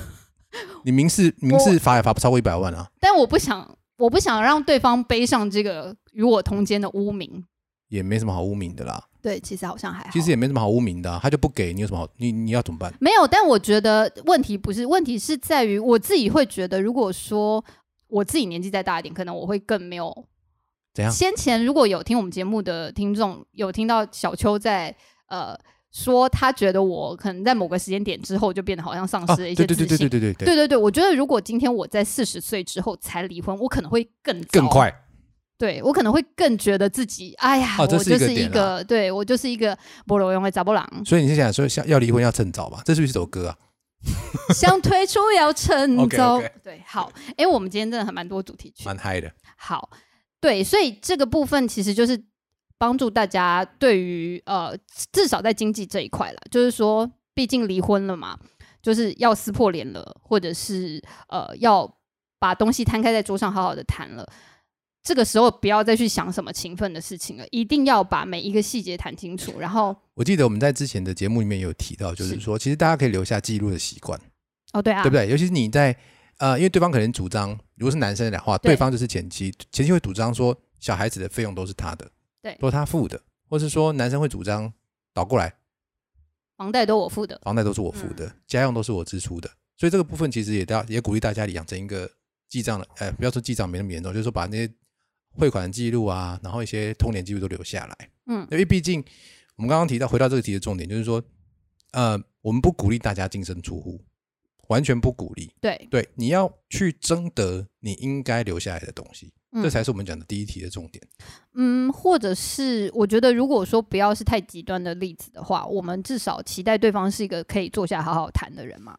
Speaker 1: 你民 事民事罚也罚不超过一百万啊，
Speaker 2: 但我不想，我不想让对方背上这个与我同间的污名。
Speaker 1: 也没什么好污名的啦，
Speaker 2: 对，其实好像还好。
Speaker 1: 其实也没什么好污名的、啊，他就不给你有什么好，你你要怎么办？
Speaker 2: 没有，但我觉得问题不是问题，是在于我自己会觉得，如果说我自己年纪再大一点，可能我会更没有
Speaker 1: 怎样？
Speaker 2: 先前如果有听我们节目的听众，有听到小秋在呃说，他觉得我可能在某个时间点之后就变得好像丧
Speaker 1: 啊，
Speaker 2: 失了
Speaker 1: 对对
Speaker 2: 一些
Speaker 1: 对
Speaker 2: 自
Speaker 1: 对对
Speaker 2: 信。
Speaker 1: 对对对，
Speaker 2: 对对对我觉得如果今天我在四十岁之后才离婚，我可能会更早
Speaker 1: 更，快。
Speaker 2: 对我可能会更觉得自己，哎呀，
Speaker 1: 哦这
Speaker 2: 我
Speaker 1: 是一
Speaker 2: 就
Speaker 1: 个
Speaker 2: 是一
Speaker 1: 点，
Speaker 2: 个，对我就是一个菠萝用的杂波郎
Speaker 1: 所以你是想说，像要离婚要趁早吧？这是不是一首歌啊？
Speaker 2: 想退出要趁
Speaker 1: OK，OK
Speaker 2: 早。对，好，哎，我们今天真的很蛮多主题曲，
Speaker 1: 蛮嗨的。
Speaker 2: 好，对，所以这个部分其实就是帮助大家对于呃，至少在经济这一块啦，就是说，毕竟离婚了嘛，就是要撕破脸了，或者是呃，要把东西摊开在桌上，好好的谈了。这个时候不要再去想什么情分的事情了，一定要把每一个细节谈清楚。然后，
Speaker 1: 我记得我们在之前的节目里面有提到，就是
Speaker 2: 是
Speaker 1: 说，其实大家可以留下记录的习惯，
Speaker 2: 哦，对啊，
Speaker 1: 对不对？尤其是你在呃，因为对方可能主张，如果是男生的话，对
Speaker 2: 对
Speaker 1: 方就是前妻，前妻会主张说小孩子的费用都是他的，
Speaker 2: 对
Speaker 1: 都是他付的，或是说男生会主张倒过来，
Speaker 2: 房贷都我付的，
Speaker 1: 房贷都是我付
Speaker 2: 嗯
Speaker 1: 的，家用都是我支出的。所以这个部分其实也大也鼓励大家养成一个记账的，呃，不要说记账没那么严重，就是说把那些汇款记录啊，然后一些通联记录都留下来。
Speaker 2: 嗯
Speaker 1: 因为毕竟我们刚刚提到，回到这个题的重点，就是说，呃，我们不鼓励大家净身出户，完全不鼓励。
Speaker 2: 对，
Speaker 1: 对，你要去争得你应该留下来的东西，
Speaker 2: 嗯
Speaker 1: 这才是我们讲的第一题的重点。
Speaker 2: 嗯，或者是我觉得，如果说不要是太极端的例子的话，我们至少期待对方是一个可以坐下好好谈的人嘛，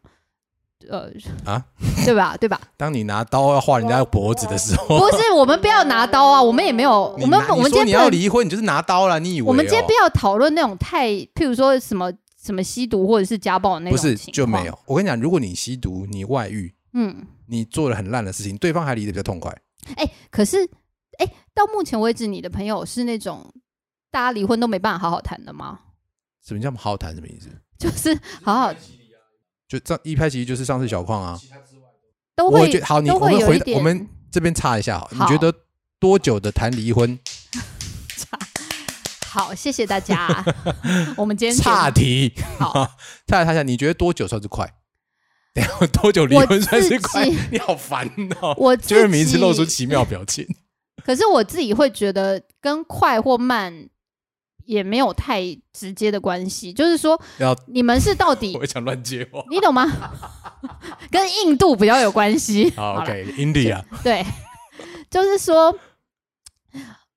Speaker 2: 呃，
Speaker 1: 啊，
Speaker 2: 对吧？ 对吧？
Speaker 1: 当你拿刀要划人家脖子的时候，
Speaker 2: 不是，我们不要拿刀啊，我们也没有，
Speaker 1: 你
Speaker 2: 我们
Speaker 1: 拿
Speaker 2: 我
Speaker 1: 你
Speaker 2: 们
Speaker 1: 说
Speaker 2: 今
Speaker 1: 你
Speaker 2: 天
Speaker 1: 要
Speaker 2: 不能，
Speaker 1: 离婚，你就是拿刀了，你以为、哦？
Speaker 2: 我们今天不要讨论那种太，譬如说什么什么吸毒或者是家暴的那
Speaker 1: 不
Speaker 2: 种情
Speaker 1: 是
Speaker 2: 况
Speaker 1: 就没，有。我跟你讲，如果你吸毒，你外遇，
Speaker 2: 嗯，
Speaker 1: 你做了很烂的事情，对方还离得比较痛快，
Speaker 2: 哎、可是哎、到目前为止，你的朋友是那种大家离婚都没办法好好谈的吗？
Speaker 1: 什么叫好谈？什么意思？
Speaker 2: 就是好好
Speaker 1: 就这一拍即合，就是上次小矿啊。
Speaker 2: 都
Speaker 1: 我
Speaker 2: 会
Speaker 1: 觉得好，你
Speaker 2: 都
Speaker 1: 我
Speaker 2: 会
Speaker 1: 们
Speaker 2: 有一
Speaker 1: 回
Speaker 2: 点
Speaker 1: 我们这边插一下好，你
Speaker 2: 好
Speaker 1: 觉得多久的谈离婚？
Speaker 2: 好，谢谢大家。啊 我们今天
Speaker 1: 岔题，
Speaker 2: 好，
Speaker 1: 岔来一下，你觉得多久算是快？ 等一下多久离婚算是快
Speaker 2: 我自己？
Speaker 1: 你好烦哦！
Speaker 2: 我自己
Speaker 1: 就会每一次露出奇妙表情。
Speaker 2: 可是我自己会觉得跟快或慢也没有太直接的关系，就是说
Speaker 1: 然后
Speaker 2: 你们是到
Speaker 1: 我
Speaker 2: 底
Speaker 1: 会想乱接话。
Speaker 2: 你懂吗？ 跟硬度比较有关系。
Speaker 1: 好
Speaker 2: 啦
Speaker 1: ，OK，India，
Speaker 2: 对，就是说，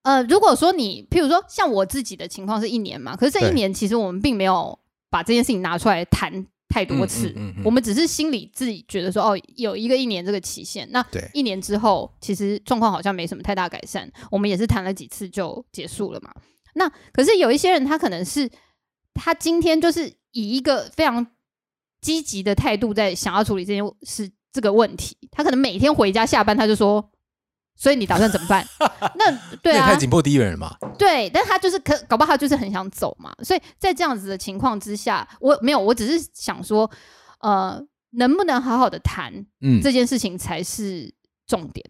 Speaker 2: 呃，如果说你，譬如说像我自己的情况是一年嘛，可是这
Speaker 1: 对
Speaker 2: 一年其实我们并没有把这件事情拿出来谈太多次。
Speaker 1: 嗯嗯嗯嗯
Speaker 2: 我们只是心里自己觉得说，哦，有一个一年这个期限，那
Speaker 1: 对
Speaker 2: 一年之后，其实状况好像没什么太大改善。我们也是谈了几次就结束了嘛。那可是有一些人，他可能是他今天就是以一个非常积极的态度在想要处理这件事这个问题，他可能每天回家下班他就说。所以你打算怎么办？ 那对
Speaker 1: 你也
Speaker 2: 啊，
Speaker 1: 太紧迫第一人了嘛？
Speaker 2: 对，但他就是可搞不好他就是很想走嘛，所以在这样子的情况之下，我没有，我只是想说，呃，能不能好好的谈
Speaker 1: 嗯
Speaker 2: 这件事情才是重点，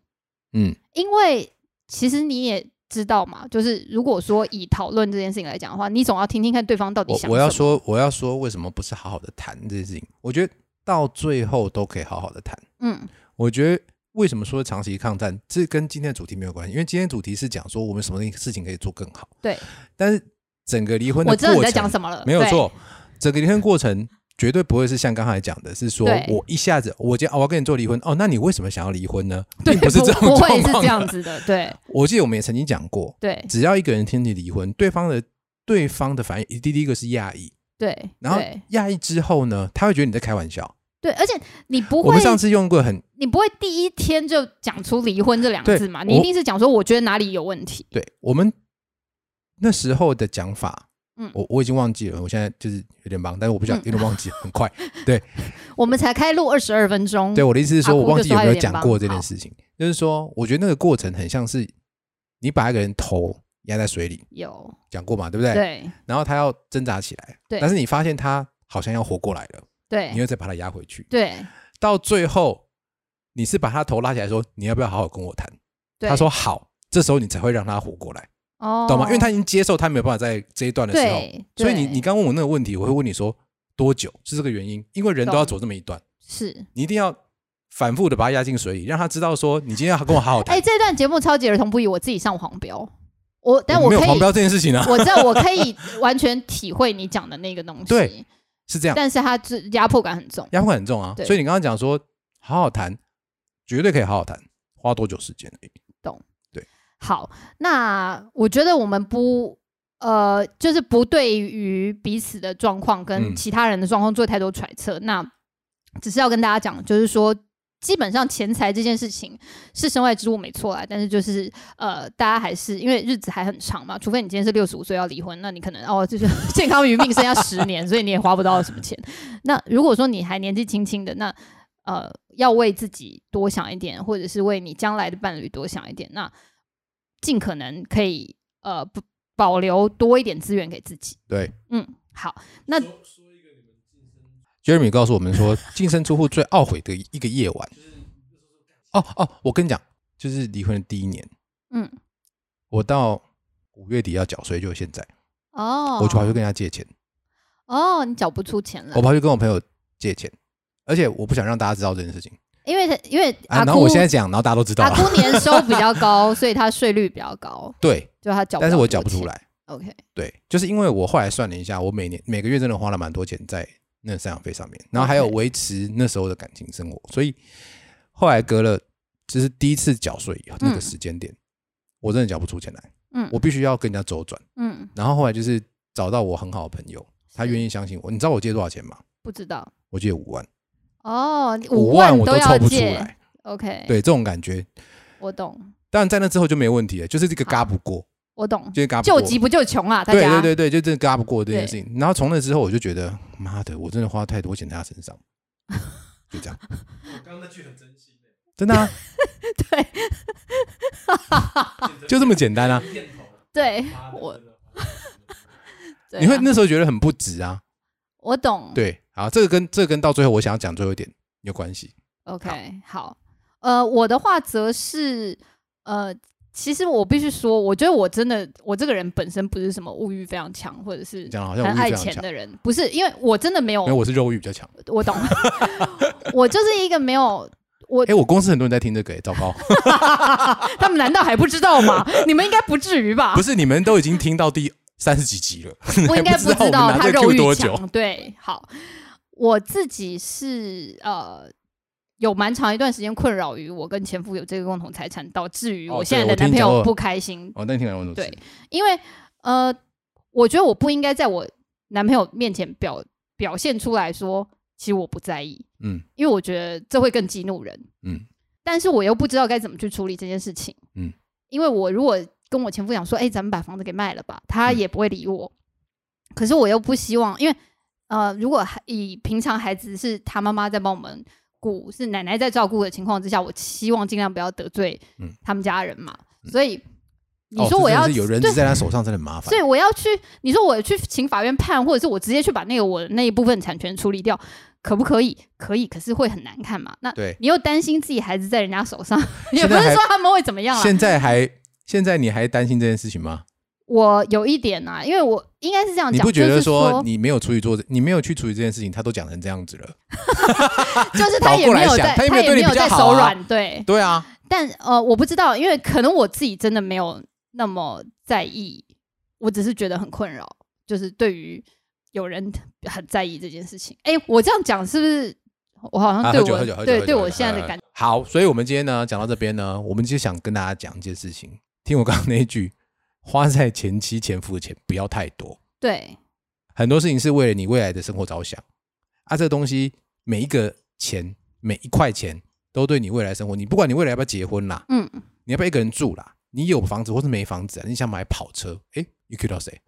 Speaker 1: 嗯，
Speaker 2: 因为其实你也知道嘛，就是如果说以讨论这件事情来讲的话，你总要听听看对方到底
Speaker 1: 我
Speaker 2: 想
Speaker 1: 我要
Speaker 2: 什么，
Speaker 1: 说我要说为什么不是好好的谈这件事情？我觉得到最后都可以好好的谈。
Speaker 2: 嗯
Speaker 1: 我觉得为什么说长期抗战，这跟今天的主题没有关系，因为今天主题是讲说我们什么事情可以做更好。
Speaker 2: 对，
Speaker 1: 但是整个离婚的过
Speaker 2: 我知道
Speaker 1: 程
Speaker 2: 你在讲什么了，
Speaker 1: 没有
Speaker 2: 对，
Speaker 1: 错，整个离婚过程绝对不会是像刚才讲的，是说
Speaker 2: 对
Speaker 1: 我一下子我今天、哦、我要跟你做离婚哦，那你为什么想要离婚呢？
Speaker 2: 对，
Speaker 1: 并是这种
Speaker 2: 不
Speaker 1: 状
Speaker 2: 会
Speaker 1: 况
Speaker 2: 是这样
Speaker 1: 啊。
Speaker 2: 子的，对
Speaker 1: 我记得我们也曾经讲过，
Speaker 2: 对
Speaker 1: 只要一个人听你离婚，对方的对方的反应一第第一个是讶异，
Speaker 2: 对，
Speaker 1: 然后
Speaker 2: 对
Speaker 1: 讶异之后呢，他会觉得你在开玩笑。
Speaker 2: 对，而且你不
Speaker 1: 我
Speaker 2: 会
Speaker 1: 们上次用过很
Speaker 2: 你不会第一天就讲出离婚这两个
Speaker 1: 对
Speaker 2: 字嘛？
Speaker 1: 我
Speaker 2: 你一定是讲说我觉得哪里有问题。
Speaker 1: 对我们那时候的讲法，
Speaker 2: 嗯
Speaker 1: 我我已经忘记了，我现在就是有点忙，但是我不想
Speaker 2: 嗯
Speaker 1: 有点忘记，很快。
Speaker 2: 我们才开录二十二分钟，
Speaker 1: 对，我的意思是说，
Speaker 2: 阿
Speaker 1: 我
Speaker 2: 姑
Speaker 1: 忘
Speaker 2: 就
Speaker 1: 记
Speaker 2: 啊
Speaker 1: 有没有
Speaker 2: 说她有点
Speaker 1: 讲
Speaker 2: 忙
Speaker 1: 过这件
Speaker 2: 好
Speaker 1: 事情，就是说，我觉得那个过程很像是你把一个人头压在水里，
Speaker 2: 有
Speaker 1: 讲过嘛，对不对？
Speaker 2: 对
Speaker 1: 然后他要挣扎起来，
Speaker 2: 对
Speaker 1: 但是你发现他好像要活过来了，你
Speaker 2: 对
Speaker 1: 又再把他压回去，
Speaker 2: 对
Speaker 1: 到最后你是把他头拉起来说，你要不要好好跟我谈？
Speaker 2: 对，
Speaker 1: 他说好，这时候你才会让他活过来，
Speaker 2: 哦，
Speaker 1: 懂吗？因为他已经接受他没有办法在这一段的时候，
Speaker 2: 对，
Speaker 1: 所以你
Speaker 2: 对
Speaker 1: 你刚问我那个问题，我会问你说多久是这个原因，因为人都要走这么一段。
Speaker 2: 是
Speaker 1: 你一定要反复的把他压进水里，让他知道说你今天要跟我好好谈。
Speaker 2: 哎，这段节目超级儿童不宜，我自己上黄标，我但
Speaker 1: 我
Speaker 2: 我
Speaker 1: 没有
Speaker 2: 可
Speaker 1: 黄
Speaker 2: 以，
Speaker 1: 标这件事 情啊，
Speaker 2: 我知道我可以完全体会你讲的那个东西，
Speaker 1: 对，是这样，
Speaker 2: 但是他这压迫感很重，
Speaker 1: 压迫感很重啊。
Speaker 2: 对
Speaker 1: 所以你刚刚讲说好好谈，绝对可以好好谈，花多久时间而已？
Speaker 2: 好，那我觉得我们不呃，就是不对于彼此的状况跟
Speaker 1: 嗯
Speaker 2: 其他人的状况做太多揣测。那只是要跟大家讲，就是说，基本上钱财这件事情是身外之物没错啦，但是就是呃，大家还是因为日子还很长嘛，除非你今天是六十五岁要离婚，那你可能哦，就是 健康余命剩下十年，所以你也花不到什么钱。那如果说你还年纪轻轻的，那呃，要为自己多想一点，或者是为你将来的伴侣多想一点，那尽可能可以呃不保留多一点资源给自己。
Speaker 1: 对
Speaker 2: 嗯，好，那
Speaker 3: 说说一个你们晋
Speaker 1: ，Jeremy
Speaker 3: 升，
Speaker 1: 告诉我们说，净身出户最懊悔的一个夜晚。哦哦，我跟你讲，就是离婚的第一年，
Speaker 2: 嗯，
Speaker 1: 我到五月底要缴税，就现在，
Speaker 2: 哦，
Speaker 1: 我就跑去跟人家借钱，
Speaker 2: 哦，你缴不出钱来
Speaker 1: 我，跑去跟我朋友借钱，而且我不想让大家知道这件事情
Speaker 2: 因为他因为
Speaker 1: 啊。
Speaker 2: 阿
Speaker 1: 然
Speaker 2: 姑、
Speaker 1: 后我现 在讲，然后大家都知道啊
Speaker 2: 阿
Speaker 1: 了，
Speaker 2: 姑年收比较高，所以她税率比较高，
Speaker 1: 对，
Speaker 2: 就她缴，
Speaker 1: 但是我缴不出。来。
Speaker 2: OK，
Speaker 1: 对，就是因为我后来算了一下，我每年每个月真的花了蛮多钱在那赡养费上面，然后还有
Speaker 2: OK
Speaker 1: 维持那时候的感情生活，所以后来隔了就是第一次缴税以后那个
Speaker 2: 嗯
Speaker 1: 时间点，我真的缴不出钱来，
Speaker 2: 嗯，
Speaker 1: 我必须要跟人家周转。
Speaker 2: 嗯
Speaker 1: 然后后来就是找到我很好的朋友，他
Speaker 2: 是
Speaker 1: 愿意相信我。你知道我借多少钱吗？
Speaker 2: 不知道
Speaker 1: 我借五万，
Speaker 2: 哦，你
Speaker 1: 五
Speaker 2: 万
Speaker 1: 我
Speaker 2: 都要
Speaker 1: 凑不出
Speaker 2: 借哎
Speaker 1: 来。
Speaker 2: OK，
Speaker 1: 对，这种感觉，
Speaker 2: 我懂，
Speaker 1: 但在那之后就没问题了，就是这个嘎不过，
Speaker 2: 我懂，
Speaker 1: 就是嘎不
Speaker 2: 救
Speaker 1: 过。
Speaker 2: 急不救穷啊，大
Speaker 1: 对
Speaker 2: 家
Speaker 1: 对对对，就真的嘎不过这件
Speaker 2: 对
Speaker 1: 事情。然后从那之后，我就觉得妈的，我真的花太多钱在他身上， 就这样，
Speaker 3: 我刚刚那句很真心的，
Speaker 1: 真的、 啊， 就这么简单啊。
Speaker 3: 一点头，
Speaker 2: 对
Speaker 3: 妈的
Speaker 2: 我
Speaker 3: 真的
Speaker 2: 对啊
Speaker 1: 你会那时候觉得很不值啊。
Speaker 2: 我懂，
Speaker 1: 对，好，这个跟这个跟到最后我想要讲最后一点有关系。
Speaker 2: OK，好，呃，我的话则是，呃，其实我必须说，我觉得我真的，我这个人本身不是什么物欲非常强，或者是
Speaker 1: 你讲的好
Speaker 2: 很
Speaker 1: 像我欲
Speaker 2: 爱
Speaker 1: 非常
Speaker 2: 钱
Speaker 1: 强，
Speaker 2: 的人，不是，因为我真的没有
Speaker 1: 因为，我是肉欲比较强。
Speaker 2: 我懂， 我就是一个没有。我
Speaker 1: 哎，我公司很多人在听这个，哎，糟 糕，
Speaker 2: 他们难道还不知道吗？ 你们应该不至于吧
Speaker 1: 不？是你们都已经听到第三十几集了，
Speaker 2: 我应该
Speaker 1: 还不知道
Speaker 2: 知
Speaker 1: 我
Speaker 2: 道
Speaker 1: 们拿
Speaker 2: 他
Speaker 1: 这个
Speaker 2: 肉
Speaker 1: Q 多
Speaker 2: 欲
Speaker 1: 久
Speaker 2: 强。对，好，我自己是呃，有蛮长一段时间困扰于我跟前夫有这个共同财产，导致于
Speaker 1: 哦
Speaker 2: 我
Speaker 1: 对
Speaker 2: 现在
Speaker 1: 我
Speaker 2: 的
Speaker 1: 听
Speaker 2: 男
Speaker 1: 你
Speaker 2: 朋
Speaker 1: 讲
Speaker 2: 友
Speaker 1: 过
Speaker 2: 不开心。
Speaker 1: 哦，那你听完我怎么
Speaker 2: 对因为呃，我觉得我不应该在我男朋友面前表表现出来说，其实我不在意，
Speaker 1: 嗯
Speaker 2: 因为我觉得这会更激怒人，
Speaker 1: 嗯
Speaker 2: 但是我又不知道该怎么去处理这件事情，
Speaker 1: 嗯，
Speaker 2: 因为我如果跟我前夫讲说，哎、咱们把房子给卖了吧，他
Speaker 1: 嗯
Speaker 2: 也不会理我，可是我又不希望，因为呃，如果还以平常孩子是他妈妈在帮我们顾，是奶奶在照顾的情况之下，我希望尽量不要得罪
Speaker 1: 嗯
Speaker 2: 他们家人嘛，
Speaker 1: 嗯
Speaker 2: 所以你
Speaker 1: 哦
Speaker 2: 说
Speaker 1: 这
Speaker 2: 我
Speaker 1: 真的
Speaker 2: 要、
Speaker 1: 是有人
Speaker 2: 对
Speaker 1: 质在他手上，真的很麻烦
Speaker 2: 所以。我要去，你说我去请法院判，或者是我直接去把那个我的那一部分产权处理掉，可不可以？可以，可是会很难看嘛。那
Speaker 1: 对，
Speaker 2: 你又担心自己孩子在人家手上，也
Speaker 1: 现
Speaker 2: 不
Speaker 1: 在
Speaker 2: 是
Speaker 1: 还
Speaker 2: 说他们会怎么样啊啦。
Speaker 1: 现在还现在你还担心这件事情吗？
Speaker 2: 我有一点啊，因为我应该是这样
Speaker 1: 你
Speaker 2: 哦讲，
Speaker 1: 不觉
Speaker 2: 就
Speaker 1: 得
Speaker 2: 是说，
Speaker 1: 你没有处理做，你没有去处理这件事情，他都讲成这样子了？
Speaker 2: 嗯就是他也没
Speaker 1: 倒过来
Speaker 2: 有在，
Speaker 1: 想他也没
Speaker 2: 也
Speaker 1: 有对你比较
Speaker 2: 在
Speaker 1: 好啊
Speaker 2: 手软，对。
Speaker 1: 对啊，
Speaker 2: 但呃，我不知道，因为可能我自己真的没有那么在意，我只是觉得很困扰，就是对于有人很在意这件事情。哎，我这样讲是不是我好
Speaker 1: 啊
Speaker 2: 像对
Speaker 1: 喝酒
Speaker 2: 我、
Speaker 1: 喝酒喝酒喝
Speaker 2: 对
Speaker 1: 酒嗯
Speaker 2: 对
Speaker 1: 喝
Speaker 2: 我
Speaker 1: 酒
Speaker 2: 现在
Speaker 1: 喝
Speaker 2: 的感觉，
Speaker 1: 好，所以我们今天呢讲到这边呢，我们就想跟大家讲一件事情。听我刚刚那一句，花在前妻前夫的钱不要太多，
Speaker 2: 对
Speaker 1: 很多事情是为了你未来的生活着想啊。这个东西每一个钱每一块钱都对你未来生活，你不管你未来要不要结婚啦，
Speaker 2: 嗯，
Speaker 1: 你要不要一个人住啦，你有房子或是没房子、啊，你想买跑车，诶，你 Q 到谁？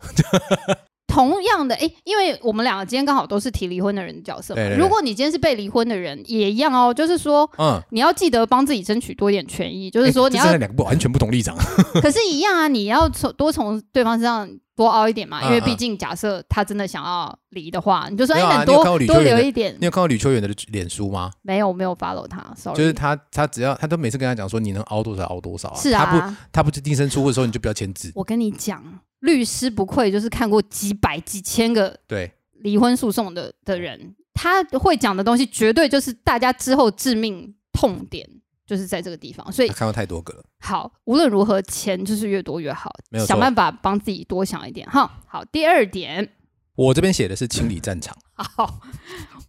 Speaker 2: 同样的，哎，因为我们两个今天刚好都是提离婚的人的角色嘛。
Speaker 1: 对对对
Speaker 2: 如果你今天是被离婚的人，也一样哦，就是说。
Speaker 1: 嗯，
Speaker 2: 你要记得帮自己争取多一点权益，就是说
Speaker 1: 诶
Speaker 2: 你
Speaker 1: 这
Speaker 2: 要
Speaker 1: 真的两个不完全不同立场。
Speaker 2: 可是，一样啊，你要从多从对方身上多凹一点嘛，
Speaker 1: 嗯
Speaker 2: 因为毕竟假设他真的想要离的话，你就说
Speaker 1: 没
Speaker 2: 哎，
Speaker 1: 有啊
Speaker 2: 那
Speaker 1: 你有
Speaker 2: 多
Speaker 1: 看过吕
Speaker 2: 多
Speaker 1: 秋远
Speaker 2: 留
Speaker 1: 的
Speaker 2: 一点
Speaker 1: 你。有看过吕秋远的脸书吗？
Speaker 2: 没有，没有 follow 他，sorry。
Speaker 1: 就是他，他只要他都每次跟他讲说，你能凹多少凹多少、啊。
Speaker 2: 嗯是
Speaker 1: 他不
Speaker 2: 啊，
Speaker 1: 他不是定身出户的时候，你就不要签字。
Speaker 2: 我跟你讲，律师不愧就是看过几百几千个
Speaker 1: 对，
Speaker 2: 离婚诉讼的的人，他会讲的东西绝对就是大家之后致命痛点，就是在这个地方。所以
Speaker 1: 他看到太多个了。
Speaker 2: 好，无论如何，钱就是越多越好
Speaker 1: 没有，错
Speaker 2: 想办法帮自己多想一点哈。好，第二点，
Speaker 1: 我这边写的是清理战场，
Speaker 2: 好，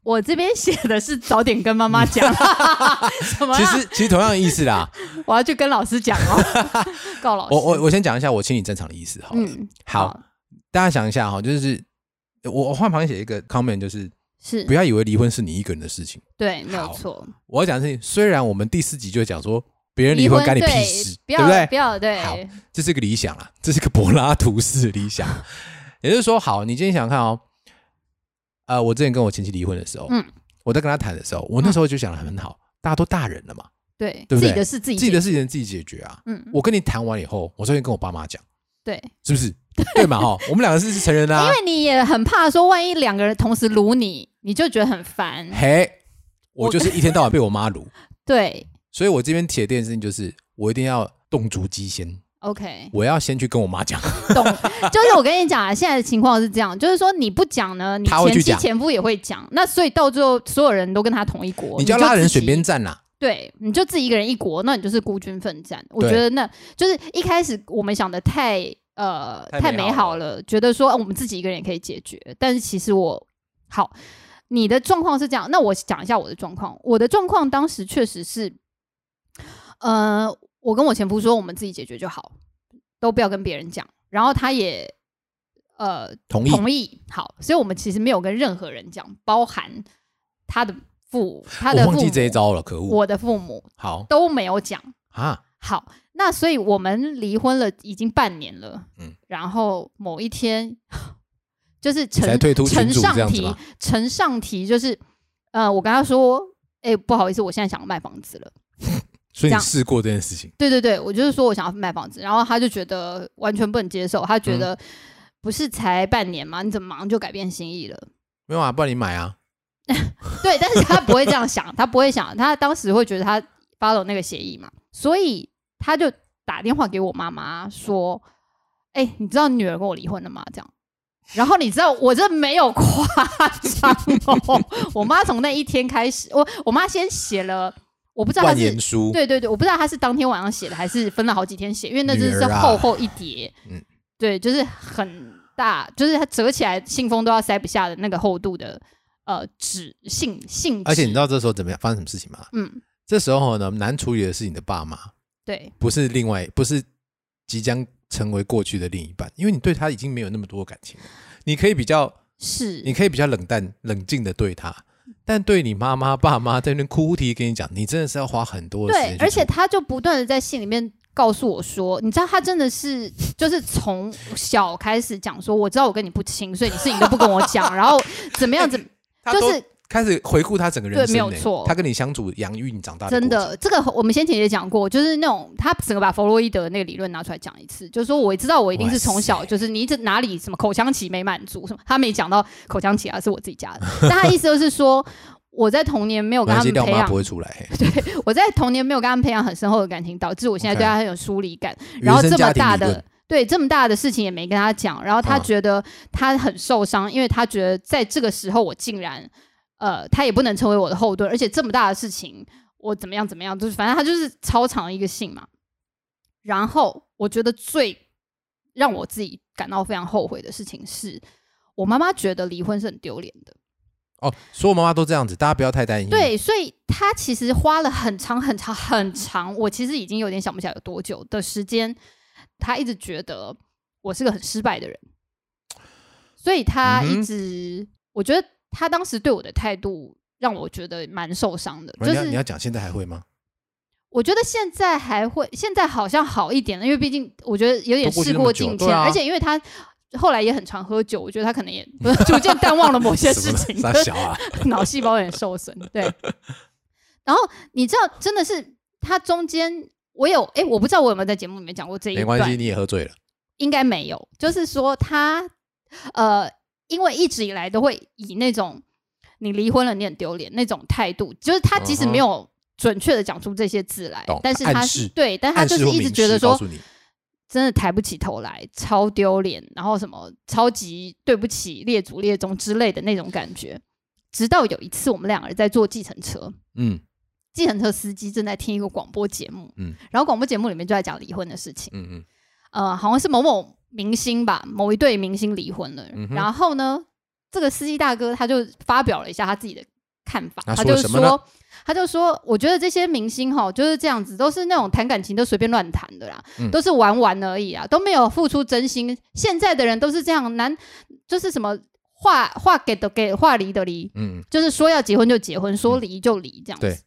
Speaker 2: 我这边写的是早点跟妈 妈讲，什么啦？啊
Speaker 1: 其实其实同样的意思 啦。
Speaker 2: 我要去跟老师讲哦， 告老师。
Speaker 1: 我我我先讲一下我清理战场的意思好了。
Speaker 2: 嗯，
Speaker 1: 好，大家想一下哈，就是我我换旁边写一个 comment，就是
Speaker 2: 嗯是
Speaker 1: 不要以为离婚是你一个人的事情。
Speaker 2: 对，没有
Speaker 1: 好
Speaker 2: 错。
Speaker 1: 我要讲的事情，虽然我们第四集就讲说别人离婚干你屁
Speaker 2: 对
Speaker 1: 事，
Speaker 2: 不
Speaker 1: 对
Speaker 2: 要
Speaker 1: 不对
Speaker 2: 不？要
Speaker 1: 好
Speaker 2: 对，
Speaker 1: 这是一个理想啦，这是一个柏拉图式的理想。啊 也就是说，好，你今天想想看哦，呃，我之前跟我前妻离婚的时候，
Speaker 2: 嗯
Speaker 1: 我在跟他谈的时候，我那时候就想的很好，大家都大人了嘛，
Speaker 2: 对，
Speaker 1: 对不
Speaker 2: 自己
Speaker 1: 对
Speaker 2: 的事自己
Speaker 1: 自己的
Speaker 2: 解
Speaker 1: 事情自己解决啊。
Speaker 2: 嗯，
Speaker 1: 我跟你谈完以后，我昨天跟我爸妈讲，
Speaker 2: 对，
Speaker 1: 是不 是？对嘛？哈，我们两个是成人啊啦、
Speaker 2: 因为你也很怕说，万一两个人同时撸你，你就觉得很烦。
Speaker 1: 嘿，我就是一天到晚被我妈撸，
Speaker 2: 对
Speaker 1: 所以我这边铁定的事情就是，我一定要动足机
Speaker 2: 嗯
Speaker 1: 先，
Speaker 2: ，OK，
Speaker 1: 我要先去跟我妈讲，
Speaker 2: 懂。就是我跟你讲啊，现在的情况是这样，就是说你不讲呢，你
Speaker 1: 他会
Speaker 2: 前
Speaker 1: 去
Speaker 2: 妻
Speaker 1: 讲
Speaker 2: 前夫也会讲，那所以到最后所有人都跟他同一国，
Speaker 1: 你就要拉人
Speaker 2: 自己
Speaker 1: 选边站啦。
Speaker 2: 对，你就自己一个人一国，那你就是孤军奋战。我
Speaker 1: 对
Speaker 2: 觉得那就是一开始我们想的太呃
Speaker 1: 太
Speaker 2: 太
Speaker 1: 美
Speaker 2: 美
Speaker 1: 好
Speaker 2: 好了，觉得说、呃我们自己一个人也可以解决。但是其实我好，你的状况是这样，那我讲一下我的状况。我的状况当时确实是，呃，我跟我前夫说我们自己解决就好，都不要跟别人讲。然后他也呃
Speaker 1: 同意，
Speaker 2: 同意，好，所以我们其实没有跟任何人讲，包含他的父他的
Speaker 1: 我
Speaker 2: 父
Speaker 1: 忘记这一
Speaker 2: 母。
Speaker 1: 招了，可恶。
Speaker 2: 我的父母
Speaker 1: 好
Speaker 2: 都没有讲。
Speaker 1: 啊，
Speaker 2: 好，那所以我们离婚了已经半年了，
Speaker 1: 嗯
Speaker 2: 嗯，然后某一天 就是
Speaker 1: 你才
Speaker 2: 陈
Speaker 1: 退出群
Speaker 2: 陈
Speaker 1: 主这
Speaker 2: 上
Speaker 1: 样子
Speaker 2: 题
Speaker 1: 吗？，
Speaker 2: 陈上题就是，呃，我跟他说，哎、不好意思，我现在想卖房子了。
Speaker 1: 所以
Speaker 2: 这
Speaker 1: 你
Speaker 2: 样
Speaker 1: 试过这件事情，
Speaker 2: 对对对，我就是说我想要卖房子，然后他就觉得完全不能接受，他觉
Speaker 1: 嗯
Speaker 2: 得不是才半年吗？你怎么马上就改变心意了？
Speaker 1: 没有啊？不然你买啊？
Speaker 2: 对，但是他不会这样想，他不会想，他当时会觉得他 follow 那个协议嘛，所以他就打电话给我妈妈说：“哎、你知道女儿跟我离婚了吗？”这样。然后你知道我这没有夸张哦，我妈从那一天开始，我我妈先写了，我不知道她
Speaker 1: 万
Speaker 2: 是
Speaker 1: 言书，
Speaker 2: 对对对，我不知道她是当天晚上写的还是分了好几天写，因为那
Speaker 1: 女
Speaker 2: 真
Speaker 1: 儿
Speaker 2: 的是
Speaker 1: 啊
Speaker 2: 厚厚一叠，
Speaker 1: 嗯
Speaker 2: 对，就是很大，就是它折起来信封都要塞不下的那个厚度的呃纸信信纸，
Speaker 1: 而且你知道这时候怎么样发生什么事情吗？
Speaker 2: 嗯，
Speaker 1: 这时候呢，难处理的是你的爸妈，
Speaker 2: 对
Speaker 1: 不是另外，不是即将成为过去的另一半，因为你对他已经没有那么多感情了。你可以比较
Speaker 2: 是
Speaker 1: 你可以比较冷淡、冷静的对他，但对你妈妈、爸妈在那边哭啼跟你讲，你真的是要花很多的时
Speaker 2: 对
Speaker 1: 间，去
Speaker 2: 而且
Speaker 1: 处
Speaker 2: 他就不断的在信里面告诉我说，你知道他真 的是就是从小开始讲说，我知道我跟你不亲，所以你事情都不跟我讲，然后怎么样怎么，
Speaker 1: 他
Speaker 2: 就
Speaker 1: 都
Speaker 2: 是
Speaker 1: 开始回顾他整个人
Speaker 2: 对
Speaker 1: 生、欸，
Speaker 2: 没有错
Speaker 1: 他跟你相处、养育你长大的
Speaker 2: 真
Speaker 1: 过程
Speaker 2: 的，这个我们先前也讲过，就是那种他整个把弗洛伊德那个理论拿出来讲一次，就是说我知道我一定是从
Speaker 1: 哇
Speaker 2: 小
Speaker 1: 塞
Speaker 2: 就是你这哪里什么口腔期没满足什么，他没讲到口腔期啊，是我自己加的，但他意思就是说我在童年没有
Speaker 1: 没
Speaker 2: 跟
Speaker 1: 关
Speaker 2: 他
Speaker 1: 系，
Speaker 2: 们
Speaker 1: 廖
Speaker 2: 培
Speaker 1: 妈
Speaker 2: 养
Speaker 1: 不，会出来、欸。
Speaker 2: 我在童年没有跟他们培养很深厚的感情，导致我现在
Speaker 1: OK
Speaker 2: 对他很有疏离感，
Speaker 1: 原
Speaker 2: 然后
Speaker 1: 生
Speaker 2: 这
Speaker 1: 家
Speaker 2: 么
Speaker 1: 庭
Speaker 2: 大
Speaker 1: 理
Speaker 2: 的
Speaker 1: 论。
Speaker 2: 对这么大的事情也没跟他讲，然后他
Speaker 1: 啊
Speaker 2: 觉得他很受伤，因为他觉得在这个时候我竟然，呃，他也不能成为我的后盾，而且这么大的事情我怎么样怎么样，就是反正他就是超长的一个信嘛。然后我觉得最让我自己感到非常后悔的事情是，我妈妈觉得离婚是很丢脸的，
Speaker 1: 哦，所有妈妈都这样子，大家不要太担心。，
Speaker 2: 对，所以他其实花了很长很长很长，我其实已经有点想不起来有多久的时间，他一直觉得我是个很失败的人，所以他
Speaker 1: 嗯
Speaker 2: 一
Speaker 1: 哼
Speaker 2: 直，我觉得他当时对我的态度让我觉得蛮受伤的，就
Speaker 1: 你要你要
Speaker 2: 是
Speaker 1: 讲现在还会吗？
Speaker 2: 我觉得现在还会，现在好像好一点了，因为毕竟我觉得有点
Speaker 1: 都过去
Speaker 2: 事
Speaker 1: 那么
Speaker 2: 过
Speaker 1: 久
Speaker 2: 境
Speaker 1: 对
Speaker 2: 迁，
Speaker 1: 啊
Speaker 2: 而且因为他。后来也很常喝酒，我觉得他可能也 逐渐淡忘了某 些
Speaker 1: 什
Speaker 2: 事
Speaker 1: 么
Speaker 2: 情，
Speaker 1: 傻
Speaker 2: 就是
Speaker 1: 小啊，
Speaker 2: 脑细胞有点受损。 对，然后你知道，真的是他中间我有哎、我不知道我有没有在节目里面讲过这一
Speaker 1: 没关系，
Speaker 2: 段，
Speaker 1: 你也喝醉了。
Speaker 2: 应该没有。就是说他呃，因为一直以来都会以那种你离婚了你很丢脸那种态度，就是他即使
Speaker 1: 嗯哼
Speaker 2: 没有准确的讲出这些字来
Speaker 1: 懂，
Speaker 2: 但是
Speaker 1: 暗
Speaker 2: 他
Speaker 1: 示
Speaker 2: 是对，但他
Speaker 1: 暗
Speaker 2: 就
Speaker 1: 示
Speaker 2: 是
Speaker 1: 或
Speaker 2: 一直
Speaker 1: 明
Speaker 2: 觉得
Speaker 1: 示
Speaker 2: 说
Speaker 1: 告诉你，
Speaker 2: 真的抬不起头来，超丢脸，然后什么超级对不起列祖列宗之类的那种感觉。直到有一次，我们两个人在坐计程车，
Speaker 1: 嗯
Speaker 2: 计程车司机正在听一个广播节目，
Speaker 1: 嗯
Speaker 2: 然后广播节目里面就在讲离婚的事情，
Speaker 1: 嗯嗯，
Speaker 2: 呃，好像是某某明星吧，某一对明星离婚了，
Speaker 1: 嗯哼
Speaker 2: 然后呢，这个司机大哥他就发表了一下他自己的看法，
Speaker 1: 那
Speaker 2: 他
Speaker 1: 说了
Speaker 2: 就是
Speaker 1: 什么呢
Speaker 2: 说。他就说：“我觉得这些明星哈就是这样子，都是那种谈感情都随便乱谈的啦，
Speaker 1: 嗯
Speaker 2: 都是玩玩而已啊，都没有付出真心。现在的人都是这样，难就是什么话话给的给，话离的离，
Speaker 1: 嗯，
Speaker 2: 就是说要结婚就结婚，说离就离这样子。
Speaker 1: 对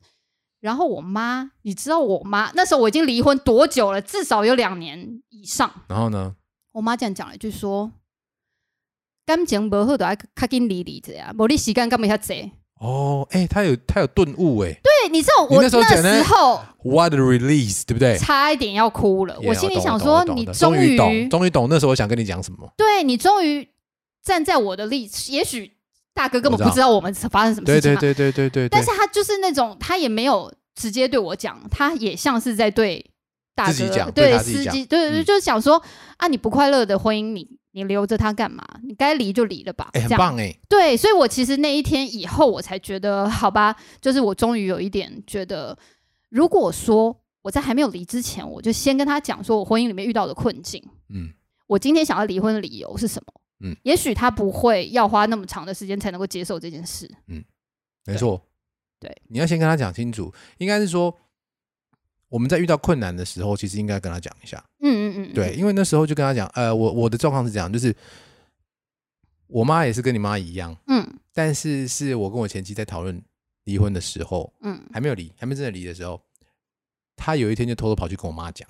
Speaker 2: 然后我妈，你知道我妈那时候我已经离婚多久了？至少有两年以上。
Speaker 1: 然后呢？
Speaker 2: 我妈这样讲了一句说：“感情不好就要较紧离离者啊，无你时间干嘛遐济？”
Speaker 1: 哦，哎、他有他有顿悟哎、
Speaker 2: 对，你知道
Speaker 1: 你
Speaker 2: 我
Speaker 1: 那时候讲呢
Speaker 2: 时候
Speaker 1: w h a t a release，对不对？
Speaker 2: 差一点要哭了。
Speaker 1: Yeah，
Speaker 2: 我心里
Speaker 1: 懂
Speaker 2: 想
Speaker 1: 懂
Speaker 2: 说，
Speaker 1: 懂
Speaker 2: 你
Speaker 1: 懂
Speaker 2: 终
Speaker 1: 于懂，终于懂那时候我想跟你讲什么。
Speaker 2: 对你终于站在我的立，也许大哥根
Speaker 1: 我知
Speaker 2: 本
Speaker 1: 道
Speaker 2: 不知道我们发生什么
Speaker 1: 对
Speaker 2: 事情
Speaker 1: 对
Speaker 2: 嘛。
Speaker 1: 对对对对对。
Speaker 2: 但是他就是那种，他也没有直接对我讲，他也像是在对大
Speaker 1: 自己
Speaker 2: 哥
Speaker 1: 讲、对他自己
Speaker 2: 司
Speaker 1: 讲
Speaker 2: 机，对对，
Speaker 1: 嗯
Speaker 2: 就是想说啊，你不快乐的婚姻，你你留着它干嘛？你该离就离了吧，
Speaker 1: 哎、
Speaker 2: 这
Speaker 1: 很
Speaker 2: 样。
Speaker 1: 棒哎、
Speaker 2: 对，所以我其实那一天以后，我才觉得好吧，就是我终于有一点觉得，如果说我在还没有离之前，我就先跟他讲说我婚姻里面遇到的困境，
Speaker 1: 嗯，
Speaker 2: 我今天想要离婚的理由是什么？
Speaker 1: 嗯
Speaker 2: 嗯，也许他不会要花那么长的时间才能够接受这件事。
Speaker 1: 没错。
Speaker 2: 对，
Speaker 1: 你要先跟他讲清楚，应该是说我们在遇到困难的时候，其实应该跟他讲一下。
Speaker 2: 嗯嗯嗯，
Speaker 1: 对，因为那时候就跟他讲，呃，我我的状况是这样，就是我妈也是跟你妈一样，
Speaker 2: 嗯
Speaker 1: 但是是我跟我前妻在讨论离婚的时候，
Speaker 2: 嗯，
Speaker 1: 还没有离，还没真的离的时候，她有一天就偷偷跑去跟我妈讲，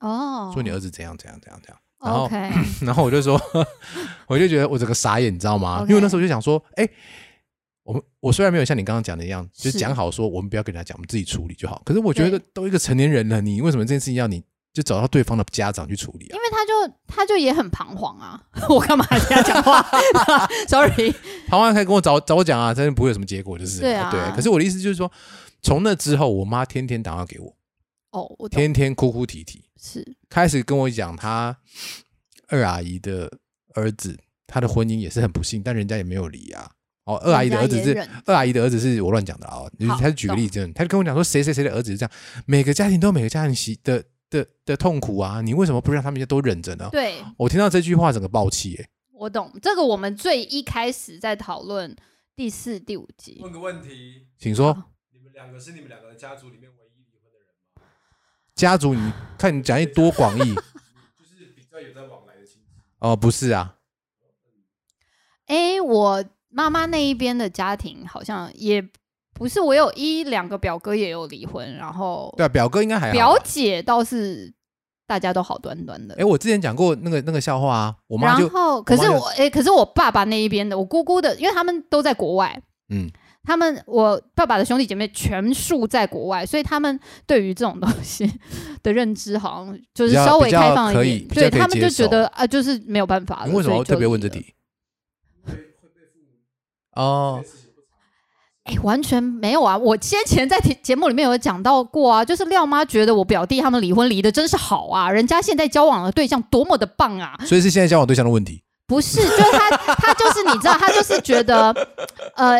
Speaker 2: 哦，
Speaker 1: 说你儿子怎样怎样怎样怎样。然后
Speaker 2: OK，
Speaker 1: 然后我就说， 我就觉得我整个傻眼，你知道吗
Speaker 2: OK
Speaker 1: 因为那时候就想说，哎、我们我虽然没有像你刚刚讲的一样，就是
Speaker 2: 是
Speaker 1: 讲好说我们不要跟人家讲，我们自己处理就好。可是我觉得
Speaker 2: 对
Speaker 1: 都一个成年人了，你为什么这件事情要你就找到对方的家长去处理啊
Speaker 2: 因？为他就他就也很彷徨啊， 我干嘛还跟他讲 话？Sorry，
Speaker 1: 旁完可以跟我找找我讲啊，真的不会有什么结果，就是
Speaker 2: 对啊
Speaker 1: 可是我的意思就是说，从那之后，我妈天天打电话给我，
Speaker 2: 哦，我懂
Speaker 1: 天天哭哭啼啼，
Speaker 2: 是
Speaker 1: 开始跟我讲她二阿姨的儿子，他的婚姻也是很不幸，但人家也没有离啊。哦，二阿姨的儿子
Speaker 2: 人家
Speaker 1: 是
Speaker 2: 也忍
Speaker 1: 二阿姨的儿子是我乱讲的啊、哦，就是
Speaker 2: 好
Speaker 1: 他举个例子，他就跟我讲说谁谁谁的儿子是这样，每个家庭都有每个家庭喜的的的痛苦啊，你为什么不让他们都忍着呢？
Speaker 2: 对，
Speaker 1: 我听到这句话整个爆气耶、
Speaker 2: 我懂这个。我们最一开始在讨论第四、第五集，
Speaker 3: 问个问题，
Speaker 1: 请说
Speaker 2: 好
Speaker 3: 你们两个是你们两个的家族里面唯一离婚的人吗？
Speaker 1: 家族你，看你讲一多广 义
Speaker 3: 就是比较有在往来的亲戚。
Speaker 1: 哦，不是啊，
Speaker 2: 哎，我妈妈那一边的家庭好像也不是，我有一两个表哥也有离婚，然后
Speaker 1: 对啊，表哥应该还好
Speaker 2: 表姐倒是大家都好端端的
Speaker 1: 哎、。我之前讲过那个那个笑话啊，我妈就
Speaker 2: 然后，可是
Speaker 1: 我妈就
Speaker 2: 我哎、可是我爸爸那一边的，我姑姑的，因为他们都在国外，
Speaker 1: 嗯，
Speaker 2: 他们我爸爸的兄弟姐妹全数在国外，所以他们对于这种东西的认知好像就是
Speaker 1: 比较
Speaker 2: 稍微
Speaker 1: 比较
Speaker 2: 开放一
Speaker 1: 可以比
Speaker 2: 点，
Speaker 1: 较
Speaker 2: 对
Speaker 1: 可以
Speaker 2: 他们
Speaker 1: 接
Speaker 2: 就觉
Speaker 1: 受
Speaker 2: 得啊，就是没有办法了。
Speaker 1: 你为什么
Speaker 2: 所
Speaker 1: 要
Speaker 2: 以就
Speaker 1: 特别问这
Speaker 2: 离了？
Speaker 1: 题？哦，
Speaker 2: 哎、完全没有啊！我先前在节节目里面有讲到过啊，就是廖妈觉得我表弟他们离婚离的真是好啊，人家现在交往的对象多么的棒啊！
Speaker 1: 所以是现在交往对象的问题。
Speaker 2: 不是，就是他，他就是你知道，他就是觉得，呃，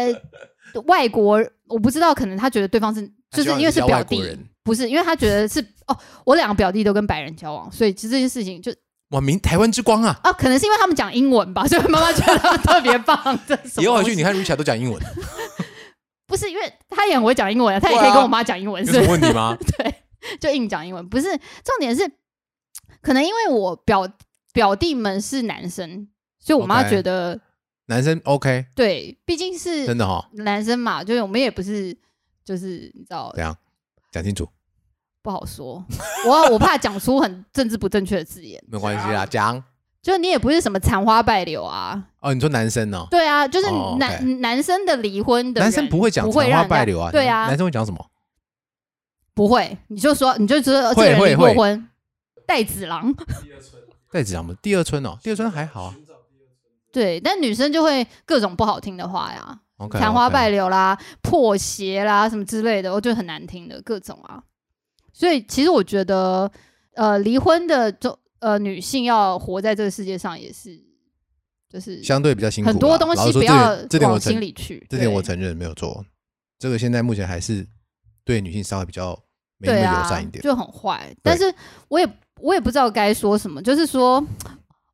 Speaker 2: 外国我不知道，可能他觉得对方是， 就是因为是表弟，不是因为他觉得是哦，我两个表弟都跟白人交往，所以其实这件事情就
Speaker 1: 哇，明台湾之光啊！
Speaker 2: 啊，可能是因为他们讲英文吧， 所以妈妈觉得他们特别棒。这是什么
Speaker 1: 以后回啊去
Speaker 2: 东西
Speaker 1: 你看 Richard 都讲 英文，
Speaker 2: 不是因为他也很会讲英文啊，他也可以
Speaker 1: 对啊
Speaker 2: 跟我妈讲英文，
Speaker 1: 有
Speaker 2: 是
Speaker 1: 什
Speaker 2: 不
Speaker 1: 么
Speaker 2: 是
Speaker 1: 问题吗？
Speaker 2: 就硬讲英文，不是重点是，可能因为我表表弟们是男生，所以我妈
Speaker 1: OK
Speaker 2: 觉得
Speaker 1: 男生 OK，
Speaker 2: 对，毕竟是
Speaker 1: 真的哈、哦，
Speaker 2: 男生嘛，就是我们也不是，就是你知道
Speaker 1: 怎样讲清楚，
Speaker 2: 不好说，我我怕讲出很政治不正确的字眼，
Speaker 1: 没关系啊啦，讲
Speaker 2: 就是你也不是什么残花败柳啊，
Speaker 1: 哦。你说男生哦，
Speaker 2: 对啊，就是
Speaker 1: 哦
Speaker 2: 男、
Speaker 1: OK
Speaker 2: 男生的离婚的人
Speaker 1: 男生不会讲
Speaker 2: 不会
Speaker 1: 残
Speaker 2: 让
Speaker 1: 花
Speaker 2: 人家
Speaker 1: 败柳啊，
Speaker 2: 对啊
Speaker 1: 男生会讲什么？
Speaker 2: 不会，你就说你就说呃这
Speaker 1: 会
Speaker 2: 个人离
Speaker 1: 会
Speaker 2: 过
Speaker 1: 会
Speaker 2: 婚，带子郎，
Speaker 1: 再讲嘛，第二春哦，第二春还好啊。
Speaker 2: 对，但女生就会各种不好听的话呀，
Speaker 1: OK，
Speaker 2: 残花
Speaker 1: OK
Speaker 2: 败柳啦、破鞋啦什么之类的，我就很难听的各种啊。所以其实我觉得，呃，离婚的就呃女性要活在这个世界上也是，就是
Speaker 1: 相对比较辛苦啊。
Speaker 2: 很多东
Speaker 1: 老实
Speaker 2: 西
Speaker 1: 说这
Speaker 2: 不要
Speaker 1: 点这点我
Speaker 2: 往
Speaker 1: 承
Speaker 2: 心里去。
Speaker 1: 这点
Speaker 2: 对
Speaker 1: 我承认没有错，这个现在目前还是对女性稍微比较没那
Speaker 2: 对
Speaker 1: 么
Speaker 2: 啊，
Speaker 1: 友善一点。
Speaker 2: 就很坏。但是我也我也不知道该说什么，就是说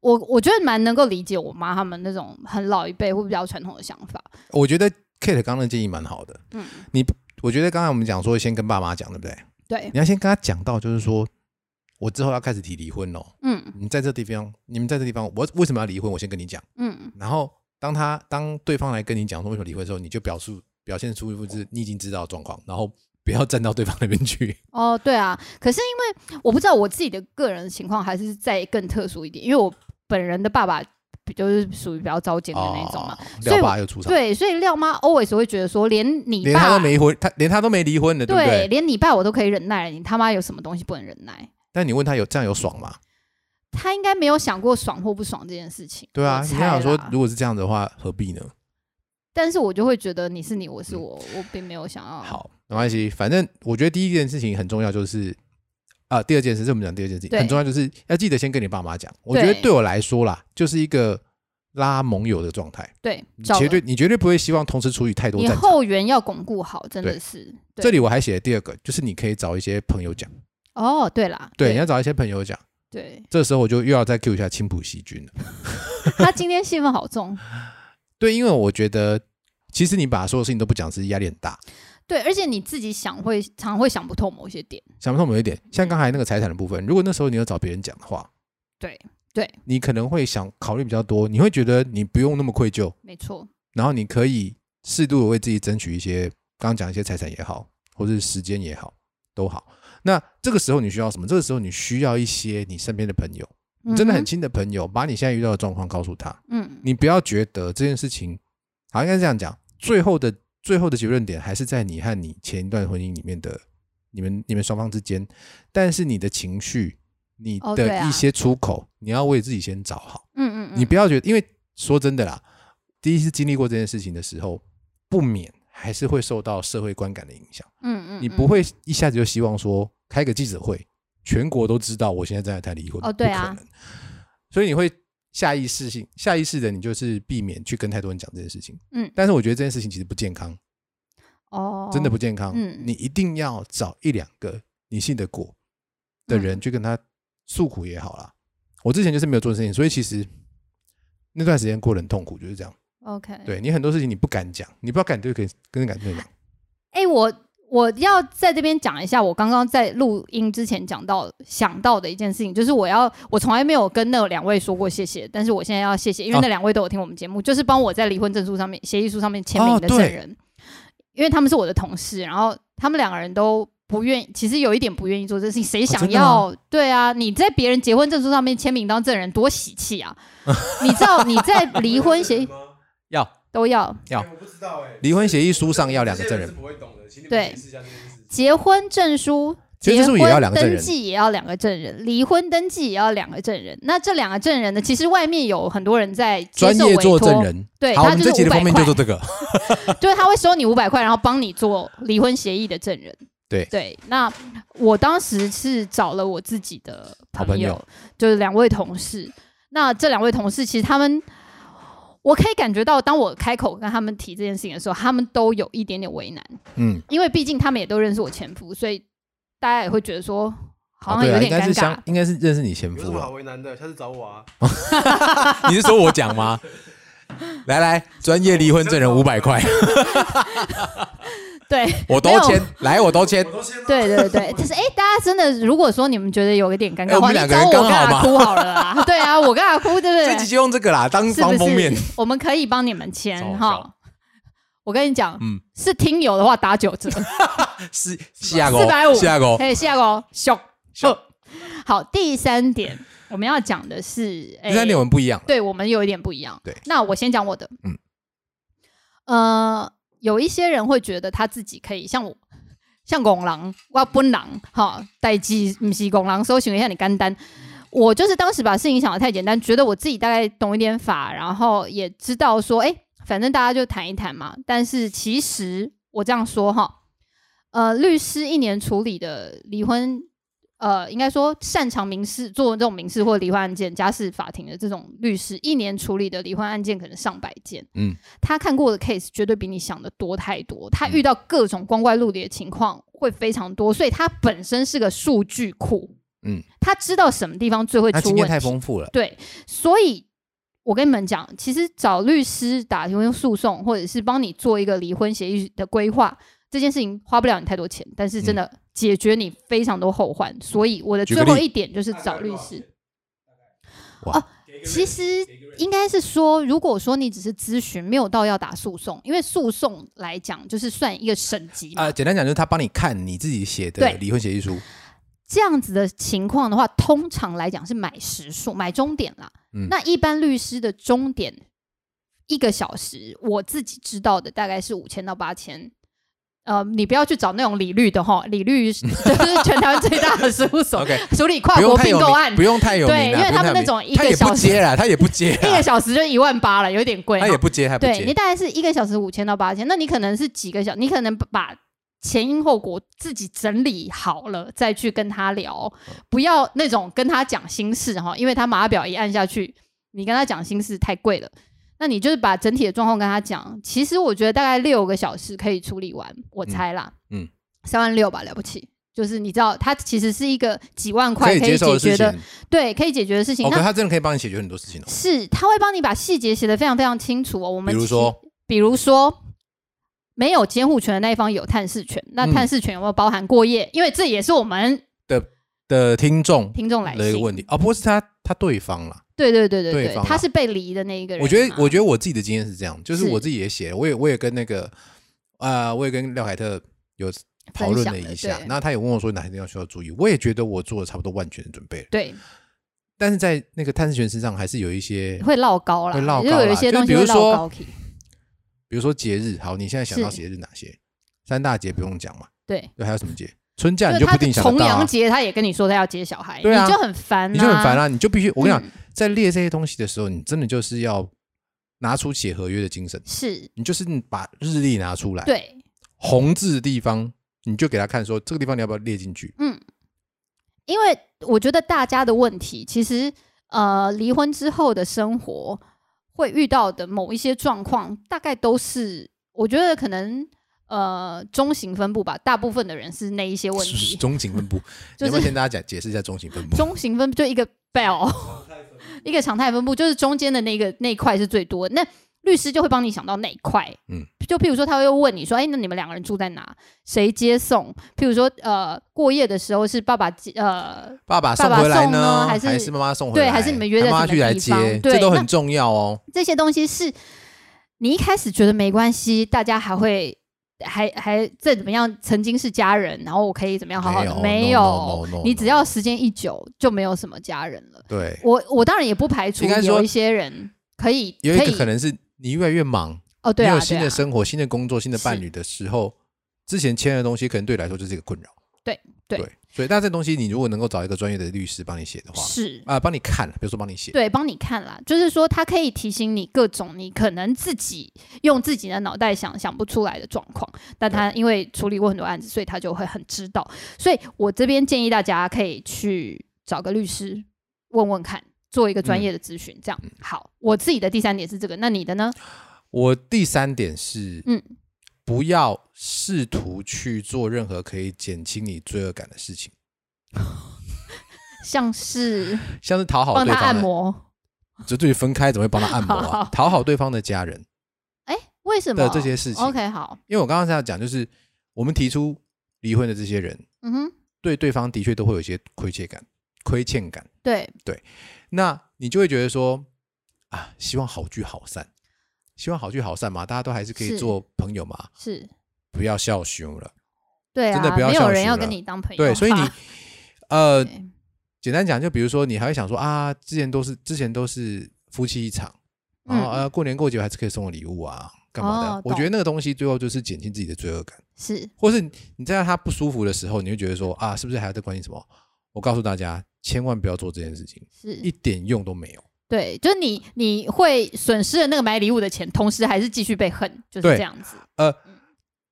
Speaker 2: 我我觉得蛮能够理解我妈他们那种很老一辈或比较传统的想法。
Speaker 1: 我觉得 Kate 刚刚的建议蛮好的，
Speaker 2: 嗯，
Speaker 1: 我觉得刚才我们讲说先跟爸妈讲，对不对？
Speaker 2: 对，
Speaker 1: 你要先跟他讲到，就是说我之后要开始提离婚喽。
Speaker 2: 嗯
Speaker 1: 你在这地方，你们在这地方，我为什么要离婚？我先跟你讲。
Speaker 2: 嗯，
Speaker 1: 然后当他当对方来跟你讲说为什么离婚的时候，你就表述表现出一副就是你已经知道的状况，然后不要站到对方那边 去。
Speaker 2: 哦，对啊，可是因为我不知道我自己的个人情况还是再更特殊一点，因为我本人的爸爸比就是属于比较糟践的那种嘛，
Speaker 1: 哦，廖
Speaker 2: 所以
Speaker 1: 爸又出场，
Speaker 2: 对，所以廖妈 always 会觉得说，连你
Speaker 1: 连他
Speaker 2: 爸
Speaker 1: 都没婚，他连他都没离婚了，对不对？
Speaker 2: 连你爸我都可以忍耐了，你他妈有什么东西不能忍耐？
Speaker 1: 但你问他有这样有爽吗？
Speaker 2: 他应该没有想过爽或不爽这件事情，
Speaker 1: 对啊，
Speaker 2: 我
Speaker 1: 你
Speaker 2: 猜
Speaker 1: 跟他讲说
Speaker 2: 啦
Speaker 1: 如果是这样的话，何必呢？
Speaker 2: 但是我就会觉得你是你，我是我，我并没有想要
Speaker 1: 嗯好，没关系，反正我觉得第一件事情很重要，就是啊、第二件事，这我们讲第二件事情
Speaker 2: 对
Speaker 1: 很重要，就是要记得先跟你爸妈讲。我觉得
Speaker 2: 对
Speaker 1: 对我来说啦，就是一个拉盟友的状态，
Speaker 2: 对
Speaker 1: 你，
Speaker 2: 找
Speaker 1: 绝
Speaker 2: 了
Speaker 1: 对你绝对不会希望同时处于太多
Speaker 2: 你
Speaker 1: 战场。
Speaker 2: 后援要巩固好，真的
Speaker 1: 对
Speaker 2: 是对
Speaker 1: 这里我还写了第二个，就是你可以找一些朋友讲，
Speaker 2: 哦，对啦，
Speaker 1: 对，你
Speaker 2: 对
Speaker 1: 要找一些朋友讲。
Speaker 2: 对，
Speaker 1: 这时候我就又要再 Q 一下青浦细菌了，
Speaker 2: 他今天戏份好重，
Speaker 1: 对，因为我觉得其实你把所有事情都不讲，是压力很大。
Speaker 2: 对，而且你自己想会常会想不透某些点，
Speaker 1: 想不通某一点，像刚才那个财产的部分，如果那时候你要找别人讲的话，
Speaker 2: 对对，
Speaker 1: 你可能会想考虑比较多，你会觉得你不用那么愧疚，
Speaker 2: 没错，
Speaker 1: 然后你可以适度的为自己争取一些，刚刚讲一些财产也好，或是时间也好，都好。那这个时候你需要什么？这个时候你需要一些你身边的朋友，你真的很亲的朋友，把你现在遇到的状况告诉他。
Speaker 2: 嗯哼
Speaker 1: 你不要觉得这件事情，好，应该是这样讲，最后的最后的结论点还是在你和你前一段婚姻里面的你们你们双方之间，但是你的情绪，你
Speaker 2: 哦对
Speaker 1: 的
Speaker 2: 啊
Speaker 1: 一些出口，你要为自己先找好，
Speaker 2: 嗯嗯嗯，
Speaker 1: 你不要觉得，因为说真的啦，第一次经历过这件事情的时候，不免还是会受到社会观感的影响，
Speaker 2: 嗯嗯，
Speaker 1: 你
Speaker 2: 嗯
Speaker 1: 不会一下子就希望说开个记者会，全国都知道我现在正在谈离婚，
Speaker 2: 哦对啊
Speaker 1: 不可能，所以你会下意识性、下意识的，你就是避免去跟太多人讲这件事情。
Speaker 2: 嗯
Speaker 1: 但是我觉得这件事情其实不健康，
Speaker 2: 哦，
Speaker 1: 真的不健康。
Speaker 2: 嗯
Speaker 1: 你一定要找一两个你信得过的
Speaker 2: 嗯
Speaker 1: 人去跟他诉苦也好啦。我之前就是没有做这件事情，所以其实那段时间过得很痛苦，就是这样。
Speaker 2: OK，
Speaker 1: 对你很多事情你不敢讲，你不知道敢对跟跟人敢对讲，
Speaker 2: 哎、我我要在这边讲一下，我刚刚在录音之前讲到想到的一件事情，就是我要我从来没有跟那两位说过谢谢，但是我现在要谢谢，因为
Speaker 1: 哦
Speaker 2: 那两位都有听我们节目，就是帮我在离婚证书上面、协议书上面签名
Speaker 1: 哦
Speaker 2: 的
Speaker 1: 对
Speaker 2: 证人，因为他们是我的同事，然后他们两个人都不愿意，其实有一点不愿意做这事情，谁
Speaker 1: 哦
Speaker 2: 想
Speaker 1: 真的
Speaker 2: 要？对啊，你在别人结婚证书上面签名当证人，多喜气啊！ 你知道你在离婚协议
Speaker 3: 吗？
Speaker 1: 要
Speaker 2: 都要
Speaker 1: 要
Speaker 3: 哎我不知道哎，
Speaker 1: 离婚协议书上要两个证
Speaker 3: 这些
Speaker 1: 人
Speaker 3: 是，不会懂的，请你们
Speaker 2: 对
Speaker 3: 解释一下这件事情。
Speaker 2: 结婚证书，
Speaker 1: 结
Speaker 2: 结
Speaker 1: 婚证书
Speaker 2: 婚
Speaker 1: 也要两个证人
Speaker 2: 登记也要两个证人，离婚登记也要两个证人。那这两个证人呢，其实外面有很多人在接
Speaker 1: 专
Speaker 2: 受委
Speaker 1: 业做
Speaker 2: 托，
Speaker 1: 证人。
Speaker 2: 对，
Speaker 1: 好，我
Speaker 2: 他
Speaker 1: 们这
Speaker 2: 就
Speaker 1: 集
Speaker 2: 是
Speaker 1: 的
Speaker 2: 五
Speaker 1: 封
Speaker 2: 百
Speaker 1: 面就
Speaker 2: 块
Speaker 1: 做， 这个。
Speaker 2: 就是他会收你五百块，然后帮你做离婚协议的证人。
Speaker 1: 对
Speaker 2: 对，那我当时是找了我自己的
Speaker 1: 好
Speaker 2: 朋
Speaker 1: 朋
Speaker 2: 友，
Speaker 1: 友
Speaker 2: 就是两位同事。那这两位同事其实他们，我可以感觉到，当我开口跟他们提这件事情的时候，他们都有一点点为难。
Speaker 1: 嗯，
Speaker 2: 因为毕竟他们也都认识我前夫，所以大家也会觉得说 好
Speaker 1: 哦
Speaker 2: 像
Speaker 1: 对
Speaker 2: 有
Speaker 1: 啊，应
Speaker 2: 点
Speaker 1: 该
Speaker 2: 尴
Speaker 1: 是
Speaker 2: 尬。
Speaker 1: 相，应该是认识你前
Speaker 3: 有什
Speaker 1: 夫
Speaker 3: 么好
Speaker 1: 了。
Speaker 3: 为难的？下次找我啊！
Speaker 1: 你是说我讲 吗？来来，专业离婚证人五百块，
Speaker 2: 对
Speaker 1: 我都签，来我都签
Speaker 3: 我。都先吗
Speaker 2: 对对对，就是哎、诶大家真的，如果说你们觉得有一点尴尬
Speaker 1: 哎
Speaker 2: 的
Speaker 1: 我
Speaker 2: 话，
Speaker 1: 们
Speaker 2: 你
Speaker 1: 两个人
Speaker 2: 找我
Speaker 1: 刚
Speaker 2: 跟
Speaker 1: 好
Speaker 2: 阿
Speaker 1: 嘛
Speaker 2: 哭好了啦。对啊， 我跟阿哭， 对不
Speaker 1: 这
Speaker 2: 对？
Speaker 1: 集就用这个啦，当
Speaker 2: 是
Speaker 1: 当封
Speaker 2: 不
Speaker 1: 面
Speaker 2: 是。？我们可以帮你们签
Speaker 1: 超好笑
Speaker 2: 哈。我跟你讲，
Speaker 1: 嗯
Speaker 2: 是听友的话打九折，
Speaker 1: 是下个
Speaker 2: 450
Speaker 1: 下 个
Speaker 2: 哎，下个小
Speaker 1: 小
Speaker 2: 好。第三点，我们要讲的是，哎
Speaker 1: 第三点我们不一样了。
Speaker 2: 对我们有一点不一样。
Speaker 1: 对
Speaker 2: 那我先讲我的。
Speaker 1: 嗯，
Speaker 2: 呃，有一些人会觉得他自己可以像我，像拱狼，我奔狼，哈，代志不是拱狼，搜寻一下你干单。我就是当时把事情想的太简单，觉得我自己大概懂一点法，然后也知道说，哎，反正大家就谈一谈嘛。但是其实我这样说哈，呃，律师一年处理的离婚呃，应该说擅长民事做这种民事或离婚案件、家事法庭的这种律师，一年处理的离婚案件可能上百件。
Speaker 1: 嗯，
Speaker 2: 他看过的 case 绝对比你想的多太多，他遇到各种光怪陆离的情况会非常多，所以他本身是个数据库。
Speaker 1: 嗯，
Speaker 2: 他知道什么地方最会
Speaker 1: 他
Speaker 2: 出
Speaker 1: 经验
Speaker 2: 问
Speaker 1: 太
Speaker 2: 题。
Speaker 1: 丰富了。
Speaker 2: 对，所以我跟你们讲，其实找律师打离婚诉讼，或者是帮你做一个离婚协议的规划，这件事情花不了你太多钱，但是真的解决你非常多后患。所以我
Speaker 1: 嗯
Speaker 2: 的
Speaker 1: 举个
Speaker 2: 最后
Speaker 1: 例
Speaker 2: 一点就是找律师。哦
Speaker 3: 给一个 range，
Speaker 2: 其实
Speaker 3: 给一个 range
Speaker 2: 应该是说，如果说你只是咨询，没有到要打诉讼，因为诉讼来讲就是算一个省级嘛。
Speaker 1: 啊，简单讲就是他帮你看你自己写的
Speaker 2: 对
Speaker 1: 离婚协议书，
Speaker 2: 这样子的情况的话，通常来讲是买时数、买终点啦。
Speaker 1: 嗯
Speaker 2: 那一般律师的终点一个小时，我自己知道的大概是五千到八千。呃，你不要去找那种理律的哈，理律 是就是全台湾最大的事 务所
Speaker 1: OK，
Speaker 2: 处理跨
Speaker 1: 哦不用
Speaker 2: 国
Speaker 1: 太
Speaker 2: 啊并
Speaker 1: 有
Speaker 2: 购案
Speaker 1: 名，不，用太有名啦，
Speaker 2: 对因为
Speaker 1: 不用
Speaker 2: 他们
Speaker 1: 太有名
Speaker 2: 那种一个
Speaker 1: 他也不
Speaker 2: 小时
Speaker 1: 接啦，他也不接
Speaker 2: 一
Speaker 1: 啦
Speaker 2: 个，小时就一万八了，有点贵哈。
Speaker 1: 他也不接，还不
Speaker 2: 对你
Speaker 1: 接。
Speaker 2: 大概是一个小时五千到八千，那你可能是几个小，你可能把前因后果自己整理好了再去跟他聊，
Speaker 1: 嗯
Speaker 2: 不要那种跟他讲心事哈，因为他码表一按下去，你跟他讲心事太贵了。那你就是把整体的状况跟他讲，其实我觉得大概六个小时可以处理完，我猜啦，
Speaker 1: 嗯嗯
Speaker 2: 三万六吧，了不起。就是你知道，它其实是一个几万
Speaker 1: 可
Speaker 2: 块
Speaker 1: 以
Speaker 2: 可
Speaker 1: 接
Speaker 2: 以
Speaker 1: 受
Speaker 2: 解
Speaker 1: 的事
Speaker 2: 决
Speaker 1: 情
Speaker 2: 的，，对，可以解决的事情。
Speaker 1: 哦，可
Speaker 2: 那
Speaker 1: 是他真的可以帮你解决很多事情哦。
Speaker 2: 是，他会帮你把细节写得非常非常清楚哦。我们
Speaker 1: 比如
Speaker 2: 其
Speaker 1: 说，
Speaker 2: 比如说没有监护权的那一方有探视权，那
Speaker 1: 嗯
Speaker 2: 探视权有没有包含过夜？因为这也是我们
Speaker 1: 的听众
Speaker 2: 听众来
Speaker 1: 的一个
Speaker 2: 信。
Speaker 1: 问题哦，不过是他他对方啦。
Speaker 2: 对对对对
Speaker 1: 对
Speaker 2: 对
Speaker 1: 方，
Speaker 2: 他
Speaker 1: 啦
Speaker 2: 是被离的那一个人嘛。啊
Speaker 1: 我觉得我觉得我自己的经验是这样，就是
Speaker 2: 是
Speaker 1: 我自己也写了，我也我也跟那个啊、呃我也跟廖凯特有讨
Speaker 2: 分
Speaker 1: 论
Speaker 2: 享
Speaker 1: 了一
Speaker 2: 了
Speaker 1: 下
Speaker 2: 对，
Speaker 1: 那他也问我说哪些地方需要注意，我也觉得我做了差不多万全的准备了，
Speaker 2: 对
Speaker 1: 但是在那个探视权身上还是有一些，
Speaker 2: 会落高啦，
Speaker 1: 会落
Speaker 2: 就
Speaker 1: 高
Speaker 2: 有一
Speaker 1: 啦
Speaker 2: 些
Speaker 1: 就
Speaker 2: 东西
Speaker 1: 比
Speaker 2: 会
Speaker 1: 如说
Speaker 2: 落高起。
Speaker 1: 比如说节日，好，你现在想到
Speaker 2: 是
Speaker 1: 节日哪些？三大节不用讲嘛，
Speaker 2: 对，
Speaker 1: 对，还有什么节？春假
Speaker 2: 就
Speaker 1: 你
Speaker 2: 是
Speaker 1: 就
Speaker 2: 他
Speaker 1: 不定想
Speaker 2: 重
Speaker 1: 得到、
Speaker 2: 阳
Speaker 1: 啊，
Speaker 2: 节他也跟你说他要接小孩，
Speaker 1: 对啊
Speaker 2: 你就很烦、啊，
Speaker 1: 你就很烦啦、你就必须，我跟你讲，
Speaker 2: 嗯
Speaker 1: 在列这些东西的时候，你真的就是要拿出写合约的精神，
Speaker 2: 是，
Speaker 1: 你就是把日历拿出来，
Speaker 2: 对，
Speaker 1: 红字的地方，你就给他看说这个地方你要不要列进去？
Speaker 2: 嗯，因为我觉得大家的问题，其实呃，离婚之后的生活会遇到的某一些状况，大概都是我觉得可能呃中型分布吧，大部分的人是那一些问
Speaker 1: 是是
Speaker 2: 题，
Speaker 1: 中型 分布，
Speaker 2: 就
Speaker 1: 你要不要
Speaker 2: 是
Speaker 1: 先大家讲解释一下中型分布？
Speaker 2: 中型分布就一个 bell，
Speaker 3: 常态分布
Speaker 2: 一个常态分布，就是中间的那个那一块是最多的。那律师就会帮你想到那一块，
Speaker 1: 嗯
Speaker 2: 嗯，就譬如说他会问你说，哎、那你们两个人住在哪？谁接送？譬如说，呃，过夜的时候是爸爸接，呃，
Speaker 1: 爸爸送
Speaker 2: 爸爸
Speaker 1: 回来
Speaker 2: 送呢
Speaker 1: 还
Speaker 2: 还是
Speaker 1: 妈妈送回来？
Speaker 2: 对还是你们约在
Speaker 1: 妈妈
Speaker 2: 什么
Speaker 1: 去来
Speaker 2: 地
Speaker 1: 接
Speaker 2: 方？
Speaker 1: 这
Speaker 2: 对
Speaker 1: 都
Speaker 2: 那
Speaker 1: 很重要哦。
Speaker 2: 这些东西是你一开始觉得没关系，大家还会还还再怎么样，曾经是家人，然后我可以怎么样好好的，
Speaker 1: 没
Speaker 2: 没
Speaker 1: 有
Speaker 2: 有
Speaker 1: no, no, no, no,
Speaker 2: 你只要时间一久就没有什么家人了。
Speaker 1: 对，
Speaker 2: 我我当然也不排除
Speaker 1: 应该说
Speaker 2: 有一些人可以
Speaker 1: 有一
Speaker 2: 可
Speaker 1: 个
Speaker 2: 以
Speaker 1: 可能是你越来越忙，
Speaker 2: 哦，对
Speaker 1: 你
Speaker 2: 啊，
Speaker 1: 有新
Speaker 2: 对
Speaker 1: 的
Speaker 2: 啊
Speaker 1: 生活、新的工作、新的伴侣的时候，之前签的东西可能对你来说就是一个困扰。
Speaker 2: 对对
Speaker 1: 所以那这东西你如果能够找一个专业的律师帮你写的话，
Speaker 2: 是
Speaker 1: 啊、帮你看，比如说帮你写，
Speaker 2: 对，帮你看啦，就是说它可以提醒你各种你可能自己用自己的脑袋想想不出来的状况，但他因为处理过很多案子，所以他就会很知道。所以我这边建议大家可以去找个律师问问看，做一个
Speaker 1: 嗯
Speaker 2: 专业的咨询。这样好，我自己的第三点是这个，那你的呢？
Speaker 1: 我第三点是，
Speaker 2: 嗯，
Speaker 1: 不要试图去做任何可以减轻你罪恶感的事情，
Speaker 2: 像是
Speaker 1: 像是讨好
Speaker 2: 帮
Speaker 1: 对
Speaker 2: 他按
Speaker 1: 方的，
Speaker 2: 摩，
Speaker 1: 就对于分开怎么会帮他按摩
Speaker 2: 好
Speaker 1: 啊？讨好对方的家人
Speaker 2: 哎，为什么
Speaker 1: 的这些事情，
Speaker 2: ？OK，好，
Speaker 1: 因为我刚刚在讲，就是我们提出离婚的这些人，
Speaker 2: 嗯哼，
Speaker 1: 对对方的确都会有一些亏欠感、亏欠感，
Speaker 2: 对，
Speaker 1: 那你就会觉得说，啊，希望好聚好散，希望好聚好散嘛，大家都还是可以
Speaker 2: 是
Speaker 1: 做朋友嘛，
Speaker 2: 是，
Speaker 1: 不要笑凶了。
Speaker 2: 对
Speaker 1: 真的
Speaker 2: 啊，
Speaker 1: 不要
Speaker 2: 没
Speaker 1: 笑
Speaker 2: 有啊人
Speaker 1: 死
Speaker 2: 要
Speaker 1: 了
Speaker 2: 跟你当朋友吧，
Speaker 1: 对，所以你，呃，
Speaker 2: 对
Speaker 1: 简单讲，就比如说，你还会想说啊，之前都是之前都是夫妻一场，然后、
Speaker 2: 嗯
Speaker 1: 呃，过年过节还是可以送个礼物啊，干嘛的？
Speaker 2: 哦
Speaker 1: 我觉得那个东西最后就是减轻自己的罪恶感，
Speaker 2: 是
Speaker 1: 或是你在他不舒服的时候，你会觉得说啊，是不是还在关心什么？我告诉大家，千万不要做这件事情，
Speaker 2: 是
Speaker 1: 一点用都没有。
Speaker 2: 对，就是你你会损失了那个买礼物的钱，同时还是继续被恨，就是
Speaker 1: 对
Speaker 2: 这样子。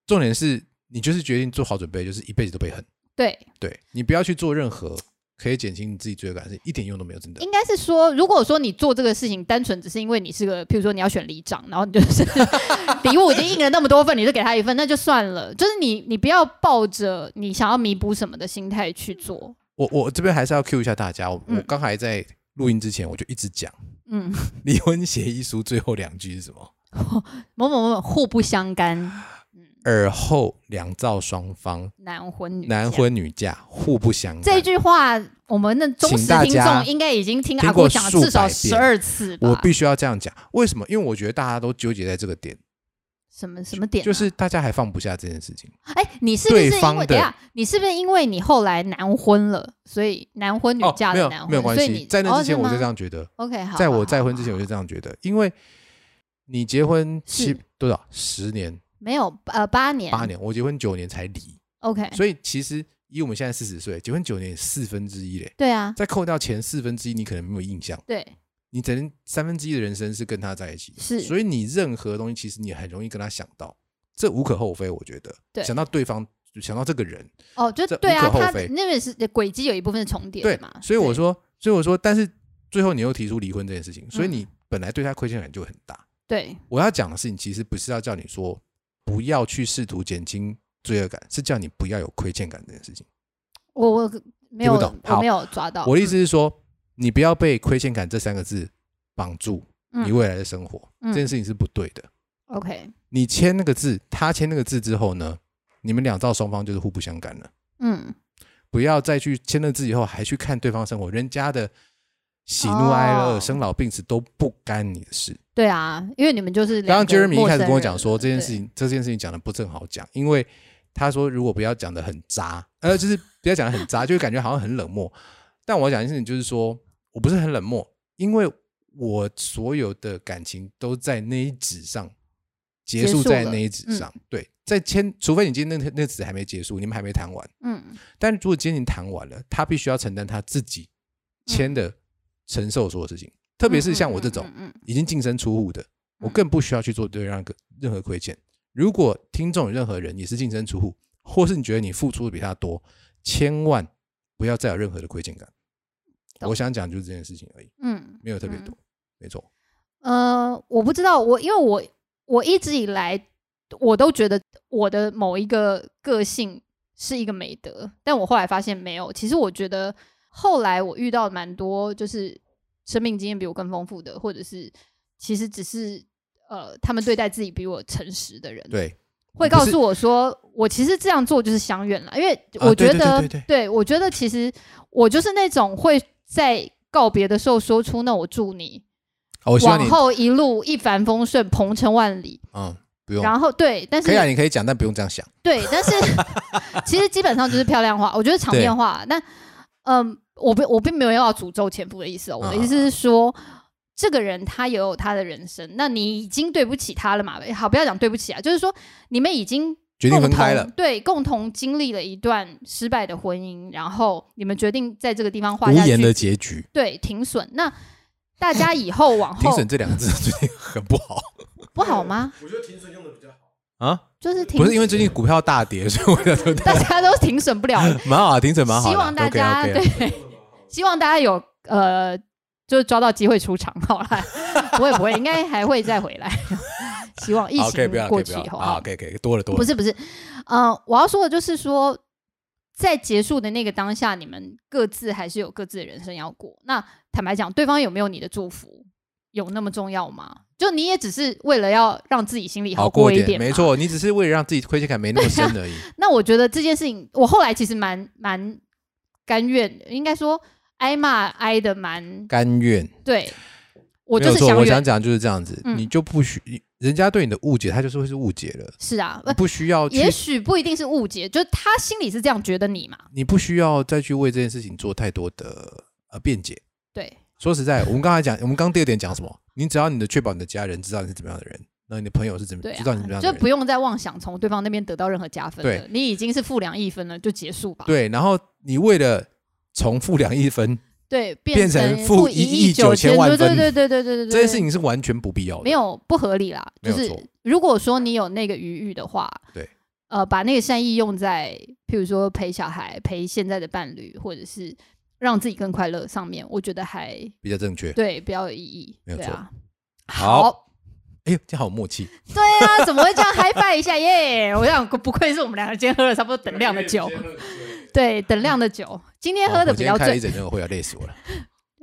Speaker 1: 重点是你就是决定做好准备，就是一辈子都被恨。
Speaker 2: 对，
Speaker 1: 对你不要去做任何可以减轻你自己罪恶感的事，一点用都没有，真的。
Speaker 2: 应该是说，如果说你做这个事情，单纯只是因为你是个，譬如说你要选里长，然后你就是 礼物已经印了那么多份，你就给他一份，那就算了。就是你你不要抱着你想要弥补什么的心态去做。
Speaker 1: 我我这边还是要 cue 一下大家，我、我
Speaker 2: 嗯
Speaker 1: 刚才在录音之前我就一直讲。
Speaker 2: 嗯，
Speaker 1: 离婚协议书最后两句是什么？
Speaker 2: 某某某某互不相干，
Speaker 1: 尔后两造双方，
Speaker 2: 男婚女
Speaker 1: 男
Speaker 2: 嫁。
Speaker 1: 婚女嫁，互不相干。
Speaker 2: 这句话，我们的忠
Speaker 1: 请
Speaker 2: 实
Speaker 1: 大
Speaker 2: 听
Speaker 1: 家
Speaker 2: 众应该已经听
Speaker 1: 听
Speaker 2: 阿
Speaker 1: 过
Speaker 2: 姑讲了至少
Speaker 1: 数
Speaker 2: 十
Speaker 1: 百遍
Speaker 2: 二次吧？
Speaker 1: 我必须要这样讲，为什么？因为我觉得大家都纠结在这个点，
Speaker 2: 什么什么点啊、
Speaker 1: 就是大家还放不下这件事情。
Speaker 2: 哎，你是不是
Speaker 1: 对
Speaker 2: 因
Speaker 1: 方的
Speaker 2: 为等一下，你是不是因为你后来男婚了，所以男婚女
Speaker 1: 哦，
Speaker 2: 嫁
Speaker 1: 没
Speaker 2: 的
Speaker 1: 有
Speaker 2: 男婚，
Speaker 1: 没有关
Speaker 2: 所以
Speaker 1: 系
Speaker 2: 你，
Speaker 1: 在那之前
Speaker 2: 哦
Speaker 1: 我
Speaker 2: 是吗
Speaker 1: 就这样觉得，
Speaker 2: OK 好，
Speaker 1: 在我
Speaker 2: 好
Speaker 1: 再婚
Speaker 2: 好
Speaker 1: 之前我
Speaker 2: 好
Speaker 1: 就这样觉得，因为你结婚七
Speaker 2: 是
Speaker 1: 多少十年
Speaker 2: 没有呃八年
Speaker 1: 八年，我结婚九年才离，
Speaker 2: OK，
Speaker 1: 所以其实以我们现在四十岁，结婚九年也四分之一嘞，
Speaker 2: 对啊
Speaker 1: 再扣掉前四分之一，你可能没有印象。
Speaker 2: 对
Speaker 1: 你只能三分之一的人生是跟他在一起的，
Speaker 2: 是
Speaker 1: 所以你任何东西其实你很容易跟他想到，这无可厚非，我觉得，
Speaker 2: 对
Speaker 1: 想到对方，想到这个人，
Speaker 2: 哦就
Speaker 1: 这
Speaker 2: 对
Speaker 1: 无
Speaker 2: 啊，
Speaker 1: 可厚
Speaker 2: 他
Speaker 1: 非
Speaker 2: 那边是轨迹有一部分是重叠
Speaker 1: 对
Speaker 2: 的嘛，，
Speaker 1: 所以我
Speaker 2: 对嗯
Speaker 1: 说，所以我说，但是最后你又提出离婚这件事情，所以你本来对他亏欠感就很大。
Speaker 2: 对
Speaker 1: 我要讲的事情其实不是要叫你说不要去试图减轻罪恶感，是叫你不要有亏欠感这件事情。
Speaker 2: 我我没有
Speaker 1: 听不懂
Speaker 2: 我
Speaker 1: 好
Speaker 2: 没有抓到，
Speaker 1: 我的意思是说，你不要被亏欠感这三个字绑住
Speaker 2: 嗯
Speaker 1: 你未来的生活，
Speaker 2: 嗯
Speaker 1: 这件事情是不对的。
Speaker 2: OK
Speaker 1: 你签那个字，他签那个字之后呢，你们两造双方就是互不相干了。
Speaker 2: 嗯
Speaker 1: 不要再去签了字以后还去看对方生活，人家的喜怒哀乐、
Speaker 2: 哦
Speaker 1: 生老病死都不干你的事。
Speaker 2: 对啊，因为你们就是
Speaker 1: 刚刚
Speaker 2: 两个
Speaker 1: Jeremy 一
Speaker 2: 陌
Speaker 1: 开始
Speaker 2: 生
Speaker 1: 跟我
Speaker 2: 人
Speaker 1: 讲
Speaker 2: 了
Speaker 1: 说这件
Speaker 2: 对
Speaker 1: 事情，这件事情讲的不正好讲，因为他说如果不要讲的很渣，呃，就是不要讲的很渣，就会感觉好像很冷漠。但我要讲一件事情，就是说我不是很冷漠，因为我所有的感情都在那一纸上结
Speaker 2: 结
Speaker 1: 束
Speaker 2: 束
Speaker 1: 在
Speaker 2: 了
Speaker 1: 那一纸
Speaker 2: 嗯
Speaker 1: 上。对，在签，除非你今天那那纸还没结束，你们还没谈完。
Speaker 2: 嗯
Speaker 1: 但如果今天你谈完了，他必须要承担他自己签的承受所有事情，特
Speaker 2: 特
Speaker 1: 别是像我这种
Speaker 2: 嗯嗯
Speaker 1: 已经净身出户的，我
Speaker 2: 嗯
Speaker 1: 更不需要去做对任何任何亏欠。如果听众有任何人也是净身出户，或是你觉得你付出的比他多，千万不要再有任何的亏欠感。
Speaker 2: 懂
Speaker 1: 我想讲就是这件事情而已，
Speaker 2: 嗯嗯
Speaker 1: 没有特别多，没错。
Speaker 2: 呃，我不知道，我因为我我一直以来我都觉得我的某一个个性是一个美德，但我后来发现没有。其实我觉得后来我遇到蛮多就是生命经验比我更丰富的，或者是其实只是呃，他们对待自己比我诚实的人，
Speaker 1: 对，
Speaker 2: 会告诉我说，我其实这样做就是相怨了，因为我觉得，
Speaker 1: 啊对对对对对
Speaker 2: 我觉得其实我就是那种会在告别的时候说出“那我祝你
Speaker 1: 哦我希望
Speaker 2: 往
Speaker 1: 你
Speaker 2: 后一路一帆风顺，鹏程万里
Speaker 1: 嗯，不”，用，
Speaker 2: 然后对，但是
Speaker 1: 可以啊，你可以讲，但不用这样想。
Speaker 2: 对， 但是其实基本上就是漂亮话，我觉得场面话。但嗯，我不，我并没有要诅咒前夫的意思哦。
Speaker 1: 啊
Speaker 2: 我的意思是说，这个人他也有他的人生，那你已经对不起他了嘛？好，不要讲对不起啊，就是说你们已经
Speaker 1: 决定分开
Speaker 2: 共
Speaker 1: 了
Speaker 2: 同，对，共同经历了一段失败的婚姻，然后你们决定在这个地方画
Speaker 1: 无
Speaker 2: 下
Speaker 1: 言的
Speaker 2: 去，
Speaker 1: 结局。
Speaker 2: 对，停损。那大家以后往
Speaker 1: 停
Speaker 2: 后
Speaker 1: 损这两个字最近很不 好
Speaker 2: 不好吗？
Speaker 3: 我觉得停损用的比较好。
Speaker 1: 啊，
Speaker 2: 就是停，
Speaker 1: 不是因为最近股票大跌，所以我想 说
Speaker 2: 大家都停损 不了，
Speaker 1: 蛮好啊，停损蛮好的。
Speaker 2: 希望大家
Speaker 1: OK，OK
Speaker 2: 对。希望大家有呃，就是抓到机会出场好了，不会不会，应该还会再回来。 希望疫
Speaker 1: 好，可以不要了，可
Speaker 2: 情过
Speaker 1: 以不
Speaker 2: 去
Speaker 1: 要
Speaker 2: 以
Speaker 1: 了
Speaker 2: 后，
Speaker 1: 啊，可以可以，多了多
Speaker 2: 不
Speaker 1: 了。
Speaker 2: 是不是，呃，我要说的就是说，在结束的那个当下，你们各自还是有各自的人生要过。那坦白讲，对方有没有你的祝福，有那么重要吗？就你也只是为了要让自己心里
Speaker 1: 好
Speaker 2: 过
Speaker 1: 一
Speaker 2: 点，
Speaker 1: 没。错，你只是为了让自己亏欠感没那么深 而已。
Speaker 2: 那我觉得这件事情，我后来其实蛮蛮甘愿，应该说挨骂挨的蛮
Speaker 1: 甘愿，
Speaker 2: 对，我
Speaker 1: 没
Speaker 2: 就
Speaker 1: 有
Speaker 2: 是
Speaker 1: 错。
Speaker 2: 想
Speaker 1: 我
Speaker 2: 远。
Speaker 1: 想讲就是这样子，
Speaker 2: 嗯
Speaker 1: 你就不许人家对你的误解，他就是会是误解了，
Speaker 2: 是啊，
Speaker 1: 你
Speaker 2: 不，
Speaker 1: 不需要去
Speaker 2: 也，许不一定是误解，就是他心里是这样觉得你嘛。
Speaker 1: 你不需要再去为这件事情做太多的呃辩解。
Speaker 2: 对，
Speaker 1: 说实在，我们刚才讲，我们刚第二点讲什么？你只要你的确保你的家人知道你是怎么样的人，那你的朋友是怎么、
Speaker 2: 对啊
Speaker 1: 知道你是怎么样的
Speaker 2: 就
Speaker 1: 人，
Speaker 2: 不用再妄想从对方那边得到任何加分了
Speaker 1: 对。
Speaker 2: 你已经是负两亿分了，就结束吧。
Speaker 1: 对，然后你为了重复两亿分，
Speaker 2: 对，
Speaker 1: 变成
Speaker 2: 成
Speaker 1: 负
Speaker 2: 负
Speaker 1: 一亿
Speaker 2: 亿
Speaker 1: 九千
Speaker 2: 千
Speaker 1: 万
Speaker 2: 对
Speaker 1: 分
Speaker 2: 对对对对对对对，
Speaker 1: 这件事情是完全不必要的。
Speaker 2: 没有不合理啦。
Speaker 1: 没
Speaker 2: 就
Speaker 1: 有
Speaker 2: 是
Speaker 1: 错
Speaker 2: 如果说你有那个余裕的话，
Speaker 1: 对，
Speaker 2: 呃，把那个善意用在，譬如说陪小孩、陪现在的伴侣，或者是让自己更快乐上面，我觉得还
Speaker 1: 比较正确。
Speaker 2: 对比较有意义。
Speaker 1: 没有
Speaker 2: 对啊，
Speaker 1: 好哎呦，这好有默契，
Speaker 2: 对啊，怎么会这样嗨翻一 下耶我想不愧是我们两个今天喝了差不多等量的酒，对，等量的酒，今天喝
Speaker 1: 哦
Speaker 2: 的
Speaker 1: 我
Speaker 2: 比
Speaker 1: 今天
Speaker 2: 较
Speaker 1: 开了一
Speaker 2: 醉。
Speaker 1: 整天我会要累死我了。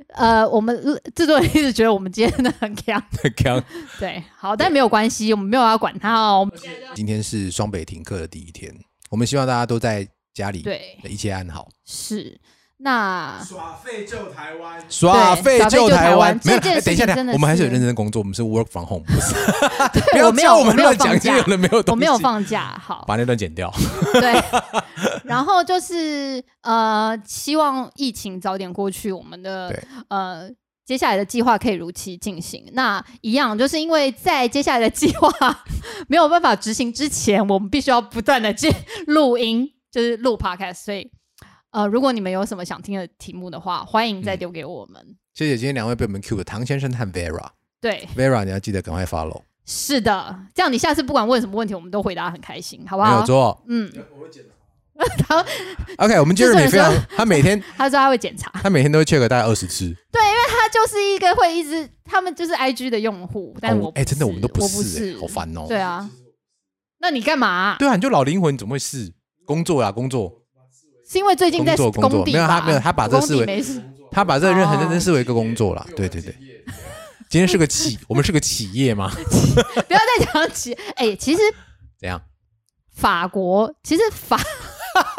Speaker 2: 呃，我们呃制作人一直觉得我们今天的很强，
Speaker 1: 刚
Speaker 2: 对，好，但没有关系，我们没有要管他哦。
Speaker 1: 今天是双北停课的第一天，我们希望大家都在家里
Speaker 2: 对，
Speaker 1: 一切安好，
Speaker 2: 是那
Speaker 3: 耍废救台湾，
Speaker 1: 耍废
Speaker 2: 耍废
Speaker 1: 救
Speaker 2: 救台
Speaker 1: 湾
Speaker 2: 湾。
Speaker 1: 没有，
Speaker 2: 这件
Speaker 1: 哎等一下，
Speaker 2: 事情
Speaker 1: 等
Speaker 2: 真
Speaker 1: 一下，
Speaker 2: 的
Speaker 1: 我们还是有
Speaker 2: 是
Speaker 1: 认真的工作，我们是 work from home，不是？不
Speaker 2: 对
Speaker 1: 要
Speaker 2: 我没
Speaker 1: 叫
Speaker 2: 有
Speaker 1: 我们
Speaker 2: 没有
Speaker 1: 乱讲
Speaker 2: 放
Speaker 1: 这
Speaker 2: 假
Speaker 1: 个，没有东西，
Speaker 2: 我没有放假，好，
Speaker 1: 把那段剪掉。
Speaker 2: 对，然后就是呃，希望疫情早点过去，我们的
Speaker 1: 对
Speaker 2: 呃接下来的计划可以如期进行。那一样就是因为在接下来的计划 没有办法执行之前，我们必须要不断的去 录音，就是录 podcast。所以呃，如果你们有什么想听的题目的话，欢迎再
Speaker 1: 嗯
Speaker 2: 丢给我们。
Speaker 1: 谢谢今天两位被我们 Q 的唐先生和 Vera。
Speaker 2: 对，
Speaker 1: Vera，你要记得赶快 follow，
Speaker 2: 是的，这样你下次不管问什么问题，我们都回答得很开心，好不
Speaker 1: 没有
Speaker 2: 好？
Speaker 1: 错。
Speaker 2: 嗯，
Speaker 3: 我会剪的。
Speaker 1: OK，我们 Jeremy
Speaker 2: 制
Speaker 1: 非
Speaker 2: 作人
Speaker 1: 常
Speaker 2: 说，
Speaker 1: 他每天
Speaker 2: 他说他会检查。
Speaker 1: 他每天都会 check 大概二十次，
Speaker 2: 他就是一个会一直，他们就是 IG 的用户，但我
Speaker 1: 哦哎，真的
Speaker 2: 不
Speaker 1: 我们都
Speaker 2: 不
Speaker 1: 是，
Speaker 2: 是
Speaker 1: 哎，好。烦哦。
Speaker 2: 对啊，那你干嘛啊、
Speaker 1: 对啊，你就老灵魂，你怎么会是工作啊啦？工作，
Speaker 2: 是因为最近在
Speaker 1: 工作工
Speaker 2: 工
Speaker 1: 作
Speaker 2: 地
Speaker 1: 没有
Speaker 2: 吧
Speaker 1: 他没有他把这
Speaker 2: 工地
Speaker 1: 视为
Speaker 2: 没事，
Speaker 1: 他把这个认很
Speaker 2: 哦
Speaker 1: 认真视为一个工作啦。对对对，，今天是个企， 我们是个企业吗？
Speaker 2: 不要再讲起。哎、其实
Speaker 1: 怎样？
Speaker 2: 法国，其实法，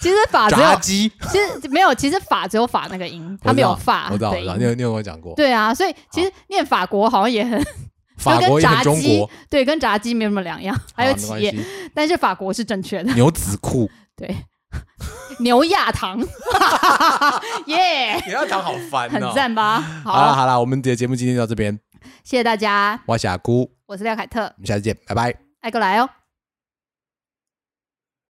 Speaker 2: 其实法啊只
Speaker 1: 炸
Speaker 2: 有，
Speaker 1: 鸡？
Speaker 2: 其实没有，其实法只有法那个音，他没有法
Speaker 1: 我知道，我
Speaker 2: 的
Speaker 1: 知道，
Speaker 2: 音
Speaker 1: 你有你有跟我讲过，
Speaker 2: 啊对啊，所以其实念法国好像也很，
Speaker 1: 法
Speaker 2: 就
Speaker 1: 国
Speaker 2: 跟
Speaker 1: 也很
Speaker 2: 炸
Speaker 1: 中
Speaker 2: 鸡
Speaker 1: 国，，啊
Speaker 2: 对，跟炸鸡没什么两样，还有
Speaker 1: 好没
Speaker 2: 企
Speaker 1: 关
Speaker 2: 业，
Speaker 1: 系
Speaker 2: 但是法国是正确的。
Speaker 1: 牛仔裤，
Speaker 2: 对，牛亚 堂，耶、
Speaker 1: 你要讲好烦哦
Speaker 2: 很赞吧？好，啊
Speaker 1: 好了好了，我们的节目今天就到这边，
Speaker 2: 谢谢大家，
Speaker 1: 我是阿姑，
Speaker 2: 我是廖凯特，
Speaker 1: 我们下次见，拜拜。
Speaker 2: 爱过来哦。